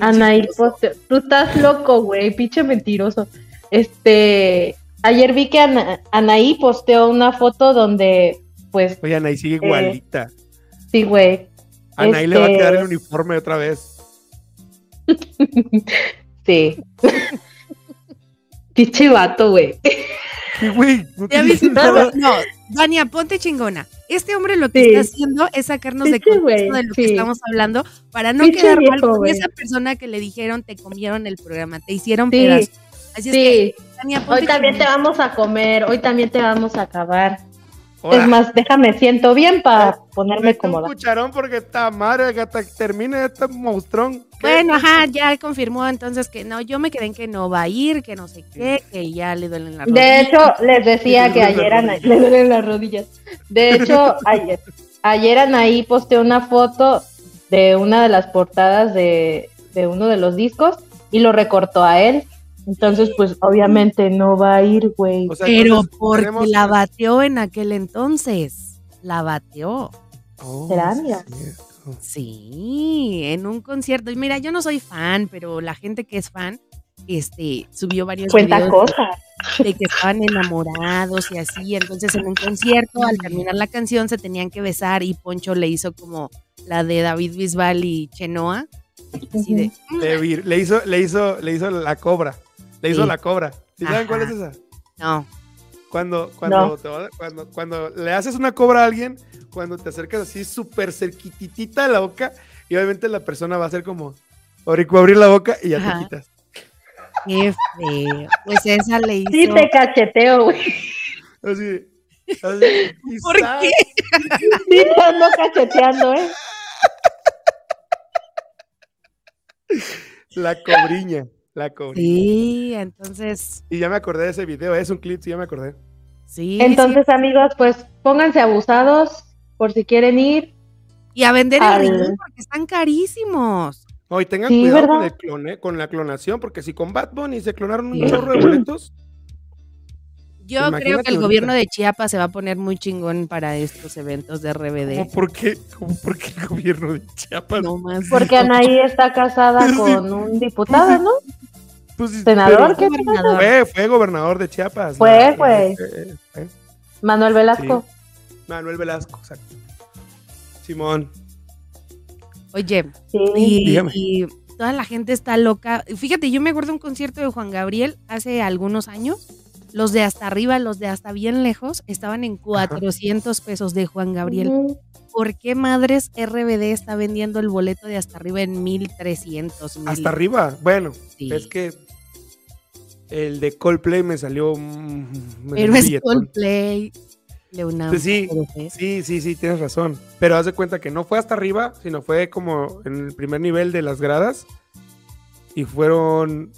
[SPEAKER 5] Anaí posteó. Tú estás loco, güey, pinche mentiroso. Este, ayer vi que Ana- Anaí posteó una foto donde, pues,
[SPEAKER 2] Oye, Anaí sigue igualita.
[SPEAKER 5] sí, güey.
[SPEAKER 2] Anaí le va a
[SPEAKER 5] este-
[SPEAKER 2] quedar el uniforme otra vez.
[SPEAKER 5] Sí. pinche vato, güey.
[SPEAKER 2] Sí, güey.
[SPEAKER 1] ¿Ya
[SPEAKER 2] no tiene
[SPEAKER 1] viste?
[SPEAKER 2] nada.
[SPEAKER 1] No, Vania, ponte chingona. Este hombre lo que
[SPEAKER 9] Sí.
[SPEAKER 1] está haciendo es sacarnos de
[SPEAKER 9] Pinche
[SPEAKER 1] contexto
[SPEAKER 9] güey,
[SPEAKER 1] de lo que
[SPEAKER 9] sí.
[SPEAKER 1] estamos hablando para no
[SPEAKER 9] Pinche
[SPEAKER 1] quedar mal
[SPEAKER 9] viejo,
[SPEAKER 1] con
[SPEAKER 9] güey.
[SPEAKER 1] esa persona que le dijeron te comieron el programa, te hicieron
[SPEAKER 5] Sí.
[SPEAKER 1] pedazos. Así es que,
[SPEAKER 5] Sí.
[SPEAKER 1] Vania, ponte
[SPEAKER 9] Hoy también te
[SPEAKER 1] chingona.
[SPEAKER 9] vamos a comer, hoy también te vamos a acabar.
[SPEAKER 2] Ahora,
[SPEAKER 5] Es más, déjame, siento bien
[SPEAKER 2] Ah,
[SPEAKER 5] para ponerme
[SPEAKER 2] mete un
[SPEAKER 5] cómoda.
[SPEAKER 2] cucharón porque está madre que hasta que termine este monstrón. ¿Qué?
[SPEAKER 1] Bueno, ajá, ya confirmó entonces que no, yo me quedé en que no va a ir, que no sé qué, que ya le duelen las
[SPEAKER 5] De
[SPEAKER 1] rodillas.
[SPEAKER 5] hecho, les
[SPEAKER 2] Sí,
[SPEAKER 5] decía que
[SPEAKER 2] les duelen
[SPEAKER 5] ayer
[SPEAKER 2] las
[SPEAKER 5] Anaí,
[SPEAKER 2] rodillas.
[SPEAKER 5] les duelen las rodillas. De hecho, ayer, ayer Anaí posteó una foto de una de las portadas de, de uno de los discos y lo recortó a él. Entonces, pues obviamente no va a ir, güey.
[SPEAKER 2] O sea,
[SPEAKER 1] pero
[SPEAKER 2] entonces,
[SPEAKER 1] porque
[SPEAKER 2] tenemos-
[SPEAKER 1] la bateó en aquel entonces, la bateó.
[SPEAKER 2] Oh,
[SPEAKER 5] Será,
[SPEAKER 2] sí,
[SPEAKER 5] mira.
[SPEAKER 2] sí.
[SPEAKER 1] Sí, en un concierto. Y mira, yo no soy fan, pero la gente que es fan, este, subió varios
[SPEAKER 5] Cuenta
[SPEAKER 1] videos
[SPEAKER 5] cosas.
[SPEAKER 1] de que estaban enamorados y así. Entonces, en un concierto, al terminar la canción, se tenían que besar y Poncho le hizo como la de David Bisbal y Chenoa. Así de,
[SPEAKER 2] Le, vir- le hizo, le hizo, le hizo la cobra. Le hizo
[SPEAKER 1] Sí.
[SPEAKER 2] la cobra. ¿Sí saben
[SPEAKER 1] Ajá.
[SPEAKER 2] cuál es esa?
[SPEAKER 1] no,
[SPEAKER 2] Cuando, cuando, te va- cuando, cuando le haces una cobra a alguien, cuando te acercas así súper cerquititita a la boca, y obviamente la persona va a hacer como "Orico, abrir la boca y ya
[SPEAKER 1] Ajá.
[SPEAKER 2] te quitas.
[SPEAKER 1] qué feo. Pues esa le hizo.
[SPEAKER 9] Sí, te cacheteo, güey.
[SPEAKER 2] Así, así, y
[SPEAKER 1] ¿Por
[SPEAKER 2] ¡zas!
[SPEAKER 1] qué?
[SPEAKER 9] Sí, te ando cacheteando, ¿eh?
[SPEAKER 2] La cobriña. La cobriña.
[SPEAKER 1] Sí, entonces,
[SPEAKER 2] Y ya me acordé de ese video, es un clip, sí, ya me acordé.
[SPEAKER 1] sí. sí.
[SPEAKER 5] Entonces, amigos, pues pónganse abusados por si quieren ir.
[SPEAKER 1] Y a vender el
[SPEAKER 5] al-
[SPEAKER 1] riñón porque están carísimos.
[SPEAKER 2] No, y tengan
[SPEAKER 5] Sí,
[SPEAKER 2] cuidado con
[SPEAKER 5] ¿verdad?
[SPEAKER 2] el clone, con la clonación, porque si con Bad Bunny se clonaron un
[SPEAKER 1] Sí.
[SPEAKER 2] chorro de boletos,
[SPEAKER 1] Yo creo que
[SPEAKER 2] Imagínate
[SPEAKER 1] el
[SPEAKER 2] ahorita.
[SPEAKER 1] gobierno de Chiapas se va a poner muy chingón para estos eventos de RBD.
[SPEAKER 2] ¿cómo por qué? ¿Cómo por qué el gobierno de Chiapas?
[SPEAKER 1] No más.
[SPEAKER 5] Porque Anaí está casada
[SPEAKER 2] Sí.
[SPEAKER 5] con un diputado, ¿no?
[SPEAKER 2] Pues, sí, pero
[SPEAKER 5] Senador, ¿qué
[SPEAKER 1] Gobernador.
[SPEAKER 2] Fue, fue gobernador de Chiapas.
[SPEAKER 5] Fue,
[SPEAKER 2] la- la-
[SPEAKER 5] fue.
[SPEAKER 2] eh, eh, fue.
[SPEAKER 5] Manuel Velasco.
[SPEAKER 2] Manuel Velasco, exacto. Simón.
[SPEAKER 1] Oye,
[SPEAKER 5] Sí.
[SPEAKER 1] y,
[SPEAKER 2] Dígame.
[SPEAKER 1] y toda la gente está loca. Fíjate, yo me acuerdo de un concierto de Juan Gabriel hace algunos años. Los de hasta arriba, los de hasta bien lejos, estaban en 400 pesos de Juan Gabriel. ¿Por qué madres RBD está vendiendo el boleto de hasta arriba en 1300?
[SPEAKER 2] Hasta arriba. Bueno,
[SPEAKER 1] Sí.
[SPEAKER 2] es que el de Coldplay me salió. mm, me
[SPEAKER 1] Pero
[SPEAKER 2] salió
[SPEAKER 1] es
[SPEAKER 2] billetón.
[SPEAKER 1] Coldplay, Leonardo.
[SPEAKER 2] Pues sí,
[SPEAKER 1] López.
[SPEAKER 2] Sí, sí, sí, tienes razón. Pero haz de cuenta que no fue hasta arriba, sino fue como en el primer nivel de las gradas. Y fueron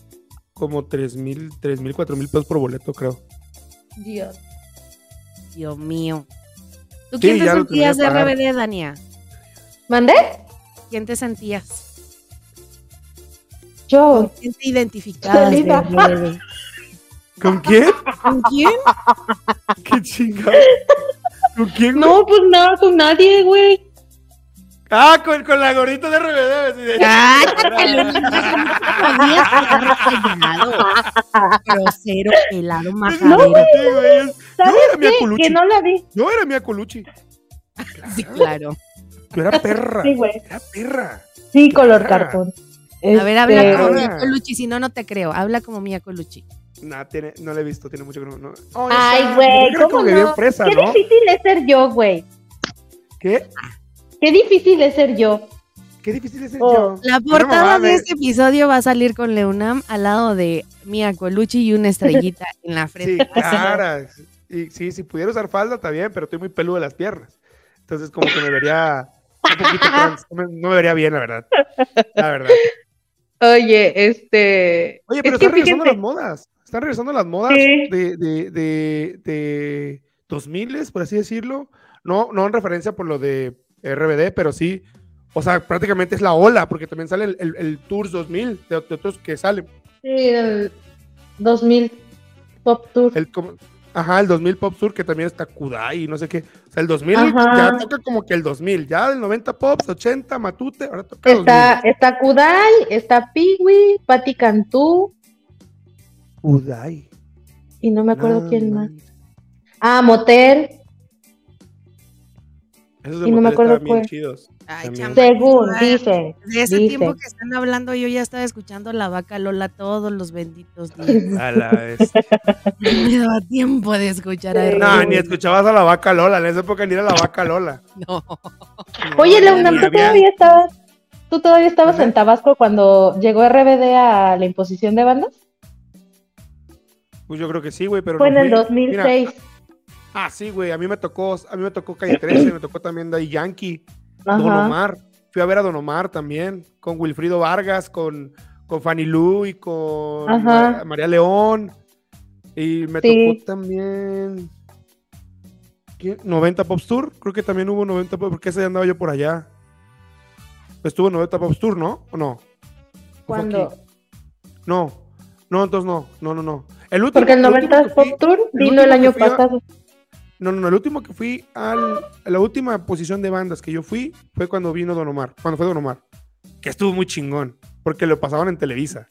[SPEAKER 2] como 3 mil, 3 mil, 4 mil pesos por boleto, creo.
[SPEAKER 5] Dios.
[SPEAKER 1] Dios mío. ¿Tú
[SPEAKER 2] Sí,
[SPEAKER 1] quién te
[SPEAKER 2] ya lo
[SPEAKER 1] sentías de
[SPEAKER 2] tenía que pagar.
[SPEAKER 1] RBD, Dania?
[SPEAKER 10] ¿Mandé?
[SPEAKER 1] ¿Quién te sentías? ¿Con
[SPEAKER 10] Yo.
[SPEAKER 1] quién te identificabas? de
[SPEAKER 10] Solita.
[SPEAKER 1] RBD?
[SPEAKER 2] ¿Con quién?
[SPEAKER 1] ¿Con quién?
[SPEAKER 2] ¡Qué chingada! ¿Con quién? güey?
[SPEAKER 5] No, pues nada, con nadie, güey.
[SPEAKER 2] ¡Ah, con, con la gorrita de RBD! así de-
[SPEAKER 1] Cállate, Grosero, pelado, majadero.
[SPEAKER 2] Sí, güey, es-
[SPEAKER 5] ¿Sabes
[SPEAKER 2] Yo era mi
[SPEAKER 5] qué?
[SPEAKER 2] Acoluchi.
[SPEAKER 5] Que no la vi.
[SPEAKER 2] Yo era Mia Colucci.
[SPEAKER 1] Sí, claro.
[SPEAKER 2] Yo era perra.
[SPEAKER 5] Sí, güey.
[SPEAKER 2] Era perra.
[SPEAKER 10] Sí, color
[SPEAKER 2] Claro.
[SPEAKER 10] cartón.
[SPEAKER 1] A ver,
[SPEAKER 5] Este,
[SPEAKER 1] habla como
[SPEAKER 2] ahora-
[SPEAKER 1] Mia Colucci, si no, no te creo. Habla como Mia Colucci.
[SPEAKER 2] Nah, tiene, no la he visto, tiene mucho que no. no. Oh,
[SPEAKER 5] Ay,
[SPEAKER 2] esa-
[SPEAKER 5] güey,
[SPEAKER 2] yo creo
[SPEAKER 5] ¿cómo
[SPEAKER 2] que bien
[SPEAKER 5] no?
[SPEAKER 2] fresa,
[SPEAKER 5] Qué
[SPEAKER 2] ¿no?
[SPEAKER 5] difícil es ser yo, güey.
[SPEAKER 2] ¿Qué?
[SPEAKER 5] Qué difícil es ser yo.
[SPEAKER 2] Qué difícil es el
[SPEAKER 5] Oh.
[SPEAKER 2] yo.
[SPEAKER 1] La
[SPEAKER 2] Una
[SPEAKER 1] portada
[SPEAKER 2] mamada
[SPEAKER 1] de
[SPEAKER 2] de-
[SPEAKER 1] este episodio va a salir con Leonam al lado de Mia Colucci y una estrellita en la
[SPEAKER 2] Sí,
[SPEAKER 1] frente.
[SPEAKER 2] claro. Y sí, si pudiera usar falda está bien, pero estoy muy peludo de las piernas. Entonces, como que me vería un poquito trans. No me, no me vería bien, la verdad. La verdad.
[SPEAKER 10] Oye, este.
[SPEAKER 2] Oye, pero
[SPEAKER 10] es que
[SPEAKER 2] están regresando
[SPEAKER 10] fíjense,
[SPEAKER 2] las modas. Están regresando las modas
[SPEAKER 5] Sí.
[SPEAKER 2] de, de, de, de 2000, por así decirlo. No, no en referencia por lo de RBD, pero sí. O sea, prácticamente es la ola, porque también sale el, el, el Tours 2000 de, de otros que salen.
[SPEAKER 5] Sí, el 2000 Pop Tour.
[SPEAKER 2] El, como- ajá, el 2000 Pop Tour, que también está Kudai y no sé qué. O sea, el 2000 ya
[SPEAKER 5] Ajá.
[SPEAKER 2] toca como que el 2000. Ya del 90 Pops, 80, Matute, ahora toca 2000.
[SPEAKER 5] Está, está Kudai, está Piwi, Patti Cantú
[SPEAKER 2] Kudai.
[SPEAKER 5] y no me acuerdo
[SPEAKER 2] No
[SPEAKER 5] quién más.
[SPEAKER 2] manches.
[SPEAKER 5] Ah, Motel,
[SPEAKER 2] Esos de
[SPEAKER 5] Y no me
[SPEAKER 2] Motel
[SPEAKER 5] acuerdo
[SPEAKER 2] estaban bien
[SPEAKER 5] cuál.
[SPEAKER 2] chidos.
[SPEAKER 1] Ay,
[SPEAKER 2] También.
[SPEAKER 1] chamaquita.
[SPEAKER 5] según dicen.
[SPEAKER 1] De ese
[SPEAKER 5] Dice.
[SPEAKER 1] tiempo que están hablando, yo ya estaba escuchando la vaca Lola todos los benditos días.
[SPEAKER 2] A la vez.
[SPEAKER 1] No me daba tiempo de escuchar a
[SPEAKER 2] No,
[SPEAKER 1] Ernesto.
[SPEAKER 2] ni escuchabas a la vaca Lola. En esa época ni era la vaca Lola.
[SPEAKER 1] No.
[SPEAKER 2] No,
[SPEAKER 5] Oye,
[SPEAKER 2] ni
[SPEAKER 5] Leonam, tú
[SPEAKER 2] había-
[SPEAKER 5] todavía estabas, tú todavía estabas
[SPEAKER 2] Ajá.
[SPEAKER 5] en Tabasco cuando llegó RBD a la imposición de bandas.
[SPEAKER 2] Pues yo creo que sí, güey, pero.
[SPEAKER 5] Fue en
[SPEAKER 2] no
[SPEAKER 5] el
[SPEAKER 2] fui. Mira,
[SPEAKER 5] 2006.
[SPEAKER 2] ah, sí, güey. A mí me tocó, a mí me tocó Calle 13, me tocó también Daddy Yankee. Don
[SPEAKER 5] Ajá.
[SPEAKER 2] Omar. Fui a ver a Don Omar también, con Wilfrido Vargas, con, con Fanny Lu y con
[SPEAKER 5] Ajá.
[SPEAKER 2] Ma- María León. Y me
[SPEAKER 5] Sí.
[SPEAKER 2] tocó también. ¿qué? 90 Pop Tour, creo que también hubo 90 Pop, porque ese día andaba yo por allá. Pues tuvo 90 Pop Tour, ¿no? ¿O no? ¿O fue
[SPEAKER 5] ¿Cuándo?
[SPEAKER 2] aquí? No, no, entonces no, no, no, no. El último,
[SPEAKER 5] Porque el
[SPEAKER 2] último
[SPEAKER 5] 90
[SPEAKER 2] que
[SPEAKER 5] Pop
[SPEAKER 2] fui-
[SPEAKER 5] Tour
[SPEAKER 2] el
[SPEAKER 5] vino el
[SPEAKER 2] último
[SPEAKER 5] año
[SPEAKER 2] que fui a-
[SPEAKER 5] pasado.
[SPEAKER 2] no, no, no, el último que fui al, a la última posición de bandas que yo fui fue cuando vino Don Omar, cuando fue Don Omar, que estuvo muy chingón, porque lo pasaban en Televisa.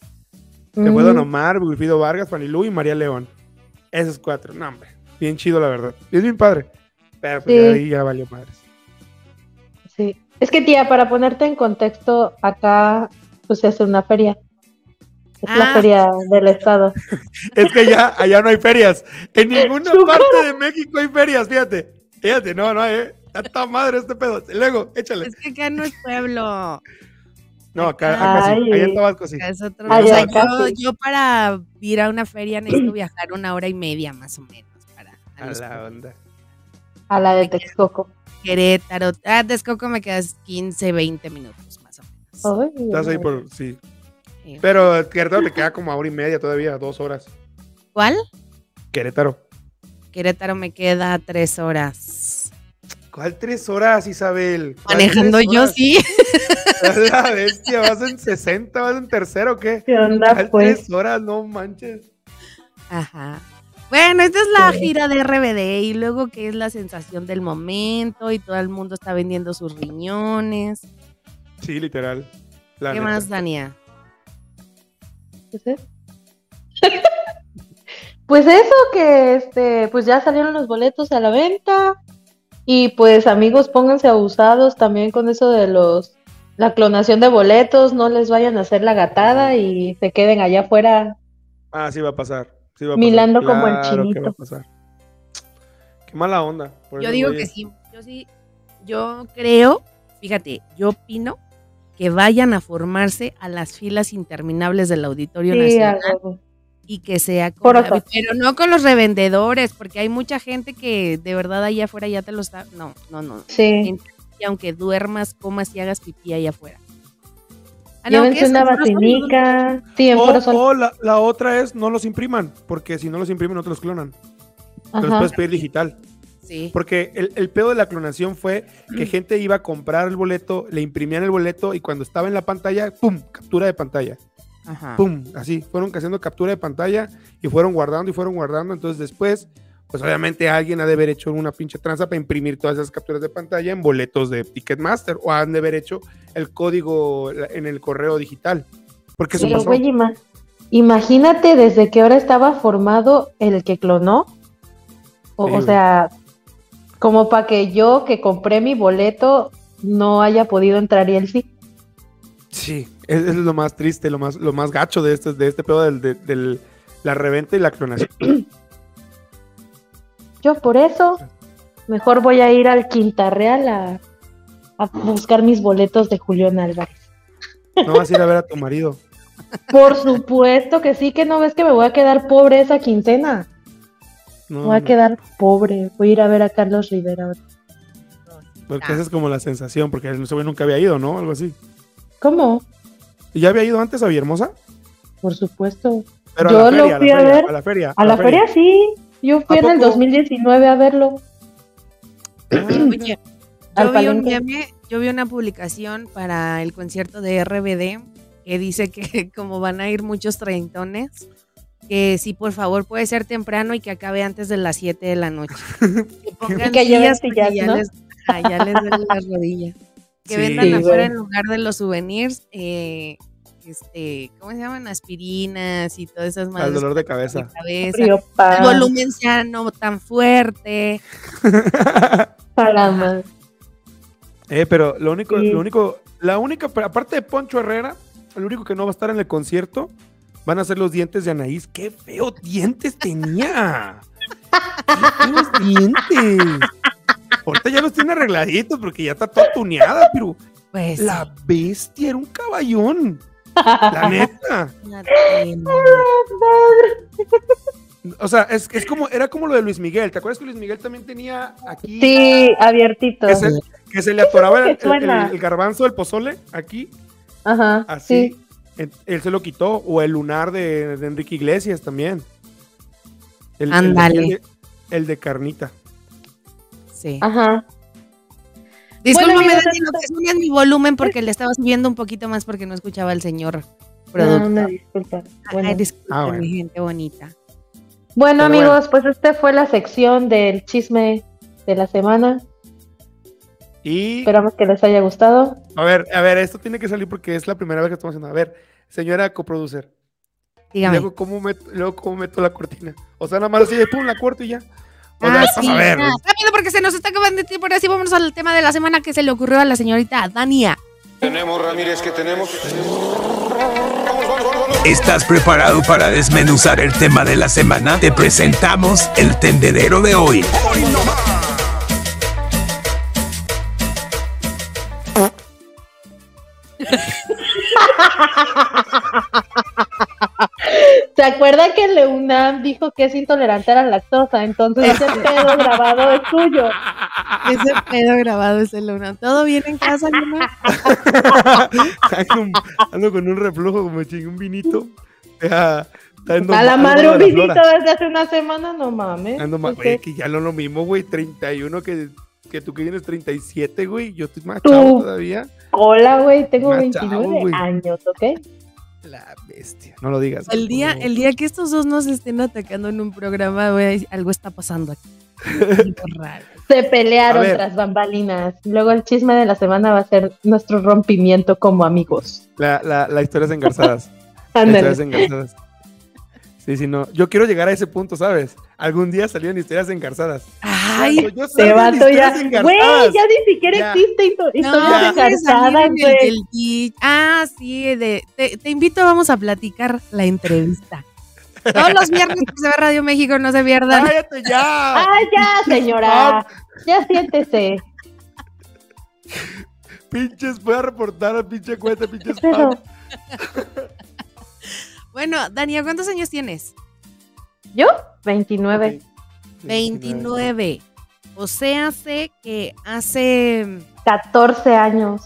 [SPEAKER 2] Que fue Don
[SPEAKER 5] Mm.
[SPEAKER 2] Omar, Wilfrido Vargas, Fanilú y María León. Esos cuatro, no, hombre, bien chido la verdad. Y es bien padre, pero pues
[SPEAKER 5] Sí.
[SPEAKER 2] ya ahí ya valió madres.
[SPEAKER 5] Sí. Es que, tía, para ponerte en contexto, acá pues se hace una feria. Es
[SPEAKER 1] Ah.
[SPEAKER 5] la feria del estado.
[SPEAKER 2] Es que ya, allá no hay ferias, en ninguna
[SPEAKER 5] Su
[SPEAKER 2] parte de México hay ferias, fíjate, fíjate, no, no hay, eh. Tanta madre este pedo. Luego, échale.
[SPEAKER 1] Es que acá no es pueblo.
[SPEAKER 2] No, acá, acá sí.
[SPEAKER 5] Ay.
[SPEAKER 2] Allá en Tabasco sí.
[SPEAKER 1] acá es otro-
[SPEAKER 5] Ay,
[SPEAKER 1] o sea,
[SPEAKER 5] acá
[SPEAKER 1] yo,
[SPEAKER 5] sí.
[SPEAKER 1] yo para ir a una feria necesito viajar una hora y media más o menos para a
[SPEAKER 2] A
[SPEAKER 1] los
[SPEAKER 2] la onda.
[SPEAKER 5] A la de Texcoco.
[SPEAKER 1] Querétaro. Ah, Texcoco me quedas 15, 20 minutos más o menos.
[SPEAKER 5] Ay,
[SPEAKER 2] Estás ahí
[SPEAKER 5] ay.
[SPEAKER 2] por, sí.
[SPEAKER 1] Sí.
[SPEAKER 2] Pero Querétaro te queda como a hora y media todavía, dos horas.
[SPEAKER 1] ¿Cuál?
[SPEAKER 2] Querétaro.
[SPEAKER 1] Querétaro me queda tres horas.
[SPEAKER 2] ¿Cuál tres horas, Isabel? ¿Cuál
[SPEAKER 1] Manejando
[SPEAKER 2] tres
[SPEAKER 1] yo,
[SPEAKER 2] horas?
[SPEAKER 1] sí.
[SPEAKER 2] La bestia, ¿vas en 60? ¿Vas en tercero o qué?
[SPEAKER 5] ¿Qué onda,
[SPEAKER 2] ¿Cuál
[SPEAKER 5] pues?
[SPEAKER 2] tres horas? No manches.
[SPEAKER 1] Ajá. Bueno, esta es la
[SPEAKER 5] Sí.
[SPEAKER 1] gira de RBD y luego que es la sensación del momento y todo el mundo está vendiendo sus riñones.
[SPEAKER 2] Sí, literal. La
[SPEAKER 1] ¿Qué
[SPEAKER 2] neta.
[SPEAKER 1] más, Dania?
[SPEAKER 5] Pues, es- Pues eso que este, pues ya salieron los boletos a la venta y pues amigos pónganse abusados también con eso de los la clonación de boletos, no les vayan a hacer la gatada y se queden allá afuera
[SPEAKER 2] Ah, sí va a pasar. Sí va a pasar.
[SPEAKER 5] Milando como el
[SPEAKER 2] Claro que va
[SPEAKER 5] chinito.
[SPEAKER 2] a pasar. Qué mala onda. por
[SPEAKER 1] Yo
[SPEAKER 2] esos
[SPEAKER 1] digo que
[SPEAKER 2] güeyes.
[SPEAKER 1] sí. Yo sí. Yo creo, fíjate, yo opino que vayan a formarse a las filas interminables del Auditorio
[SPEAKER 5] Sí,
[SPEAKER 1] Nacional
[SPEAKER 5] algo.
[SPEAKER 1] y que sea con
[SPEAKER 5] Por
[SPEAKER 1] la-
[SPEAKER 5] otro.
[SPEAKER 1] pero no con los revendedores, porque hay mucha gente que de verdad allá afuera ya te lo está. No, no, no.
[SPEAKER 5] Sí.
[SPEAKER 1] Y aunque duermas, comas y hagas pipí allá afuera. Ah, no, ¿qué
[SPEAKER 5] Llévense
[SPEAKER 1] es?
[SPEAKER 5] una
[SPEAKER 1] Foros Sol, ¿no?
[SPEAKER 5] vacinica. Sí, en
[SPEAKER 2] O,
[SPEAKER 5] Foro Sol.
[SPEAKER 2] o Oh, la, la otra es no los impriman, porque si no los imprimen no te los clonan. Te los
[SPEAKER 5] Ajá.
[SPEAKER 2] puedes pedir digital.
[SPEAKER 1] Sí.
[SPEAKER 2] Porque el, el pedo de la clonación fue que gente iba a comprar el boleto, le imprimían el boleto y cuando estaba en la pantalla, ¡pum! Captura de pantalla.
[SPEAKER 1] Ajá.
[SPEAKER 2] ¡Pum! Así, fueron haciendo captura de pantalla y fueron guardando y fueron guardando. Entonces después, pues obviamente alguien ha de haber hecho una pinche tranza para imprimir todas esas capturas de pantalla en boletos de Ticketmaster o han de haber hecho el código la- en el correo digital. Porque eso
[SPEAKER 5] Pero,
[SPEAKER 2] pasó.
[SPEAKER 5] güey, ima- imagínate desde qué hora estaba formado el que clonó. O,
[SPEAKER 2] Sí,
[SPEAKER 5] o
[SPEAKER 2] güey.
[SPEAKER 5] sea, como para que yo que compré mi boleto no haya podido entrar y él sí.
[SPEAKER 2] Sí, es, es lo más triste, lo más, lo más gacho de este, de este pedo del, de- del- la reventa y la clonación.
[SPEAKER 5] Yo por eso, mejor voy a ir al Quinta Real a, a buscar mis boletos de Julián Álvarez.
[SPEAKER 2] No vas a ir a ver a tu marido.
[SPEAKER 5] Por supuesto que sí, que no ves que me voy a quedar pobre esa quincena.
[SPEAKER 2] No,
[SPEAKER 5] Me voy a
[SPEAKER 2] no,
[SPEAKER 5] quedar pobre. Voy a ir a ver a Carlos Rivera.
[SPEAKER 2] Porque esa es como la sensación, porque el güey nunca había ido, ¿no? Algo así.
[SPEAKER 5] ¿Cómo?
[SPEAKER 2] ¿Y ¿Ya había ido antes a Villahermosa?
[SPEAKER 5] Por supuesto.
[SPEAKER 2] Pero
[SPEAKER 5] Yo
[SPEAKER 2] a la
[SPEAKER 5] lo
[SPEAKER 2] feria,
[SPEAKER 5] fui a
[SPEAKER 2] la feria,
[SPEAKER 5] ver-
[SPEAKER 2] a la feria.
[SPEAKER 5] A la feria sí. Yo fui
[SPEAKER 2] ¿A
[SPEAKER 5] en el
[SPEAKER 2] poco?
[SPEAKER 5] 2019 a verlo.
[SPEAKER 1] Oye,
[SPEAKER 5] Al
[SPEAKER 1] yo vi, un
[SPEAKER 5] Palenque.
[SPEAKER 1] meme, yo vi una publicación para el concierto de RBD que dice que como van a ir muchos treintones, que si por favor puede ser temprano y que acabe antes de las 7 de la noche. Que pongan
[SPEAKER 5] Y que lleven
[SPEAKER 1] sillas porque
[SPEAKER 5] sillas,
[SPEAKER 1] ya
[SPEAKER 5] ¿no?
[SPEAKER 1] les, ah, ya les duelen las rodillas. Que
[SPEAKER 2] Sí.
[SPEAKER 1] vendan
[SPEAKER 5] Sí,
[SPEAKER 1] afuera
[SPEAKER 5] güey.
[SPEAKER 1] en lugar de los souvenirs, eh, este, ¿cómo se llaman? Aspirinas y todas esas
[SPEAKER 2] Al
[SPEAKER 1] madres
[SPEAKER 2] dolor de
[SPEAKER 1] de
[SPEAKER 2] cabeza.
[SPEAKER 1] cabeza.
[SPEAKER 5] Río Pa-
[SPEAKER 1] El volumen sea no tan fuerte.
[SPEAKER 5] Palama.
[SPEAKER 2] Eh, pero lo único,
[SPEAKER 5] Sí.
[SPEAKER 2] lo único, la única, pero aparte de Poncho Herrera, el único que no va a estar en el concierto van a ser los dientes de Anaís. ¡Qué feos dientes tenía! ¡Qué feos dientes! Ahorita ya los tiene arregladitos porque ya está toda tuneada, pero
[SPEAKER 1] Pues
[SPEAKER 2] la bestia era un caballón. La neta.
[SPEAKER 1] la tiene.
[SPEAKER 2] O sea, es, es como, era como lo de Luis Miguel. ¿Te acuerdas que Luis Miguel también tenía aquí?
[SPEAKER 5] Sí, abiertito.
[SPEAKER 2] Que se, que se le atoraba el,
[SPEAKER 5] que suena?
[SPEAKER 2] el- el garbanzo del pozole aquí.
[SPEAKER 5] Ajá.
[SPEAKER 2] Así.
[SPEAKER 5] Sí.
[SPEAKER 2] Él, él se lo quitó. O el lunar de, de Enrique Iglesias también. El, el de-
[SPEAKER 1] Ándale.
[SPEAKER 2] El, de, el de carnita.
[SPEAKER 1] Sí.
[SPEAKER 5] Ajá.
[SPEAKER 1] Discúlpame,
[SPEAKER 5] amigos,
[SPEAKER 1] Dani, lo que suena es mi volumen porque le estaba subiendo un poquito más porque no escuchaba al señor productor.
[SPEAKER 5] No, una disculpa. Bueno,
[SPEAKER 1] Ay, discúlpame,
[SPEAKER 2] Ah, bueno.
[SPEAKER 1] gente bonita.
[SPEAKER 5] Bueno,
[SPEAKER 2] Pero bueno.
[SPEAKER 5] amigos, pues esta fue la sección del chisme de la semana.
[SPEAKER 2] Y,
[SPEAKER 5] Esperamos que les haya gustado.
[SPEAKER 2] a ver, a ver, esto tiene que salir porque es la primera vez que estamos haciendo. A ver, señora coproducer.
[SPEAKER 1] Dígame.
[SPEAKER 2] Luego ¿cómo, meto, luego, ¿cómo meto la cortina? O sea, nada más así de pum, la corto y ya. O sea,
[SPEAKER 1] Ah,
[SPEAKER 2] vamos
[SPEAKER 1] sí,
[SPEAKER 2] a ver.
[SPEAKER 1] ah, rápido porque se nos está acabando el tiempo. Ahora sí, vámonos al tema de la semana que se le ocurrió a la señorita Dania.
[SPEAKER 11] Tenemos, Ramírez, que tenemos. Vamos, vamos, vamos, vamos.
[SPEAKER 12] ¿Estás preparado para desmenuzar el tema de la semana? Te presentamos el tendedero de hoy.
[SPEAKER 5] ¿Se acuerdan que Leunam dijo que es intolerante a la lactosa? Entonces ese pedo grabado es suyo.
[SPEAKER 1] Ese pedo grabado es el uno. ¿Todo bien en casa, Luna?
[SPEAKER 2] ando, ando con un reflujo, como chingue un vinito. Deja- está ando
[SPEAKER 5] A la
[SPEAKER 2] mal,
[SPEAKER 5] madre un
[SPEAKER 2] algo de la
[SPEAKER 5] vinito
[SPEAKER 2] flora.
[SPEAKER 5] desde hace una semana, no mames.
[SPEAKER 2] Ando mal, güey,
[SPEAKER 5] Este,
[SPEAKER 2] que ya no es lo mismo, güey. 31 que, que tú que tienes 37, güey. Yo estoy más
[SPEAKER 5] Tú.
[SPEAKER 2] chavo todavía.
[SPEAKER 5] Hola, güey, tengo
[SPEAKER 2] Más
[SPEAKER 5] 29
[SPEAKER 2] chavo, güey.
[SPEAKER 5] años, ¿ok?
[SPEAKER 2] La bestia. No lo digas.
[SPEAKER 1] El día,
[SPEAKER 2] No.
[SPEAKER 1] el día que estos dos nos estén atacando en un programa, güey, algo está pasando aquí. Algo raro.
[SPEAKER 5] Se
[SPEAKER 2] A
[SPEAKER 5] pelearon
[SPEAKER 2] ver.
[SPEAKER 5] tras bambalinas. Luego el chisme de la semana va a ser nuestro rompimiento como amigos.
[SPEAKER 2] La, la, la historias engarzadas. Las
[SPEAKER 5] Ándale.
[SPEAKER 2] historias engarzadas. Sí, sí, no. Yo quiero llegar a ese punto, ¿sabes? Algún día salieron historias engarzadas.
[SPEAKER 1] Ay,
[SPEAKER 2] Cuando yo salga
[SPEAKER 5] Te
[SPEAKER 2] en
[SPEAKER 5] vato ya.
[SPEAKER 2] historias
[SPEAKER 5] Güey,
[SPEAKER 2] engarzadas,
[SPEAKER 5] ya ni siquiera
[SPEAKER 2] Ya.
[SPEAKER 5] existe histo- historias
[SPEAKER 1] no, hombre,
[SPEAKER 5] engarzadas,
[SPEAKER 1] salir en el
[SPEAKER 5] güey.
[SPEAKER 1] del di- Ah, sí, de, te, te invito, vamos a platicar la entrevista. Todos los viernes que se ve Radio México, no se pierdan.
[SPEAKER 2] ¡Cállate ya!
[SPEAKER 5] ¡Ay, ya, señora! ya siéntese.
[SPEAKER 2] Pinches, voy a reportar a pinche cuenta, pinches spam.
[SPEAKER 1] Bueno, Dania, ¿cuántos años tienes?
[SPEAKER 5] ¿Yo? 29.
[SPEAKER 1] 29. O sea, sé que hace
[SPEAKER 5] 14 años.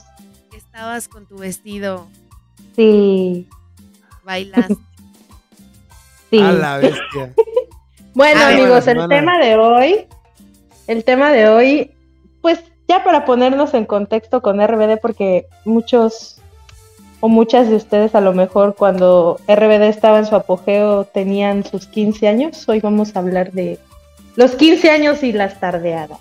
[SPEAKER 1] estabas con tu vestido,
[SPEAKER 5] Sí,
[SPEAKER 1] bailas.
[SPEAKER 5] sí.
[SPEAKER 2] A la bestia.
[SPEAKER 5] Bueno,
[SPEAKER 1] Ah,
[SPEAKER 5] amigos,
[SPEAKER 2] bueno,
[SPEAKER 5] el
[SPEAKER 2] bueno.
[SPEAKER 5] tema de hoy, el tema de hoy, pues ya para ponernos en contexto con RBD, porque muchos o muchas de ustedes a lo mejor cuando RBD estaba en su apogeo tenían sus 15 años, hoy vamos a hablar de los 15 años y las tardeadas.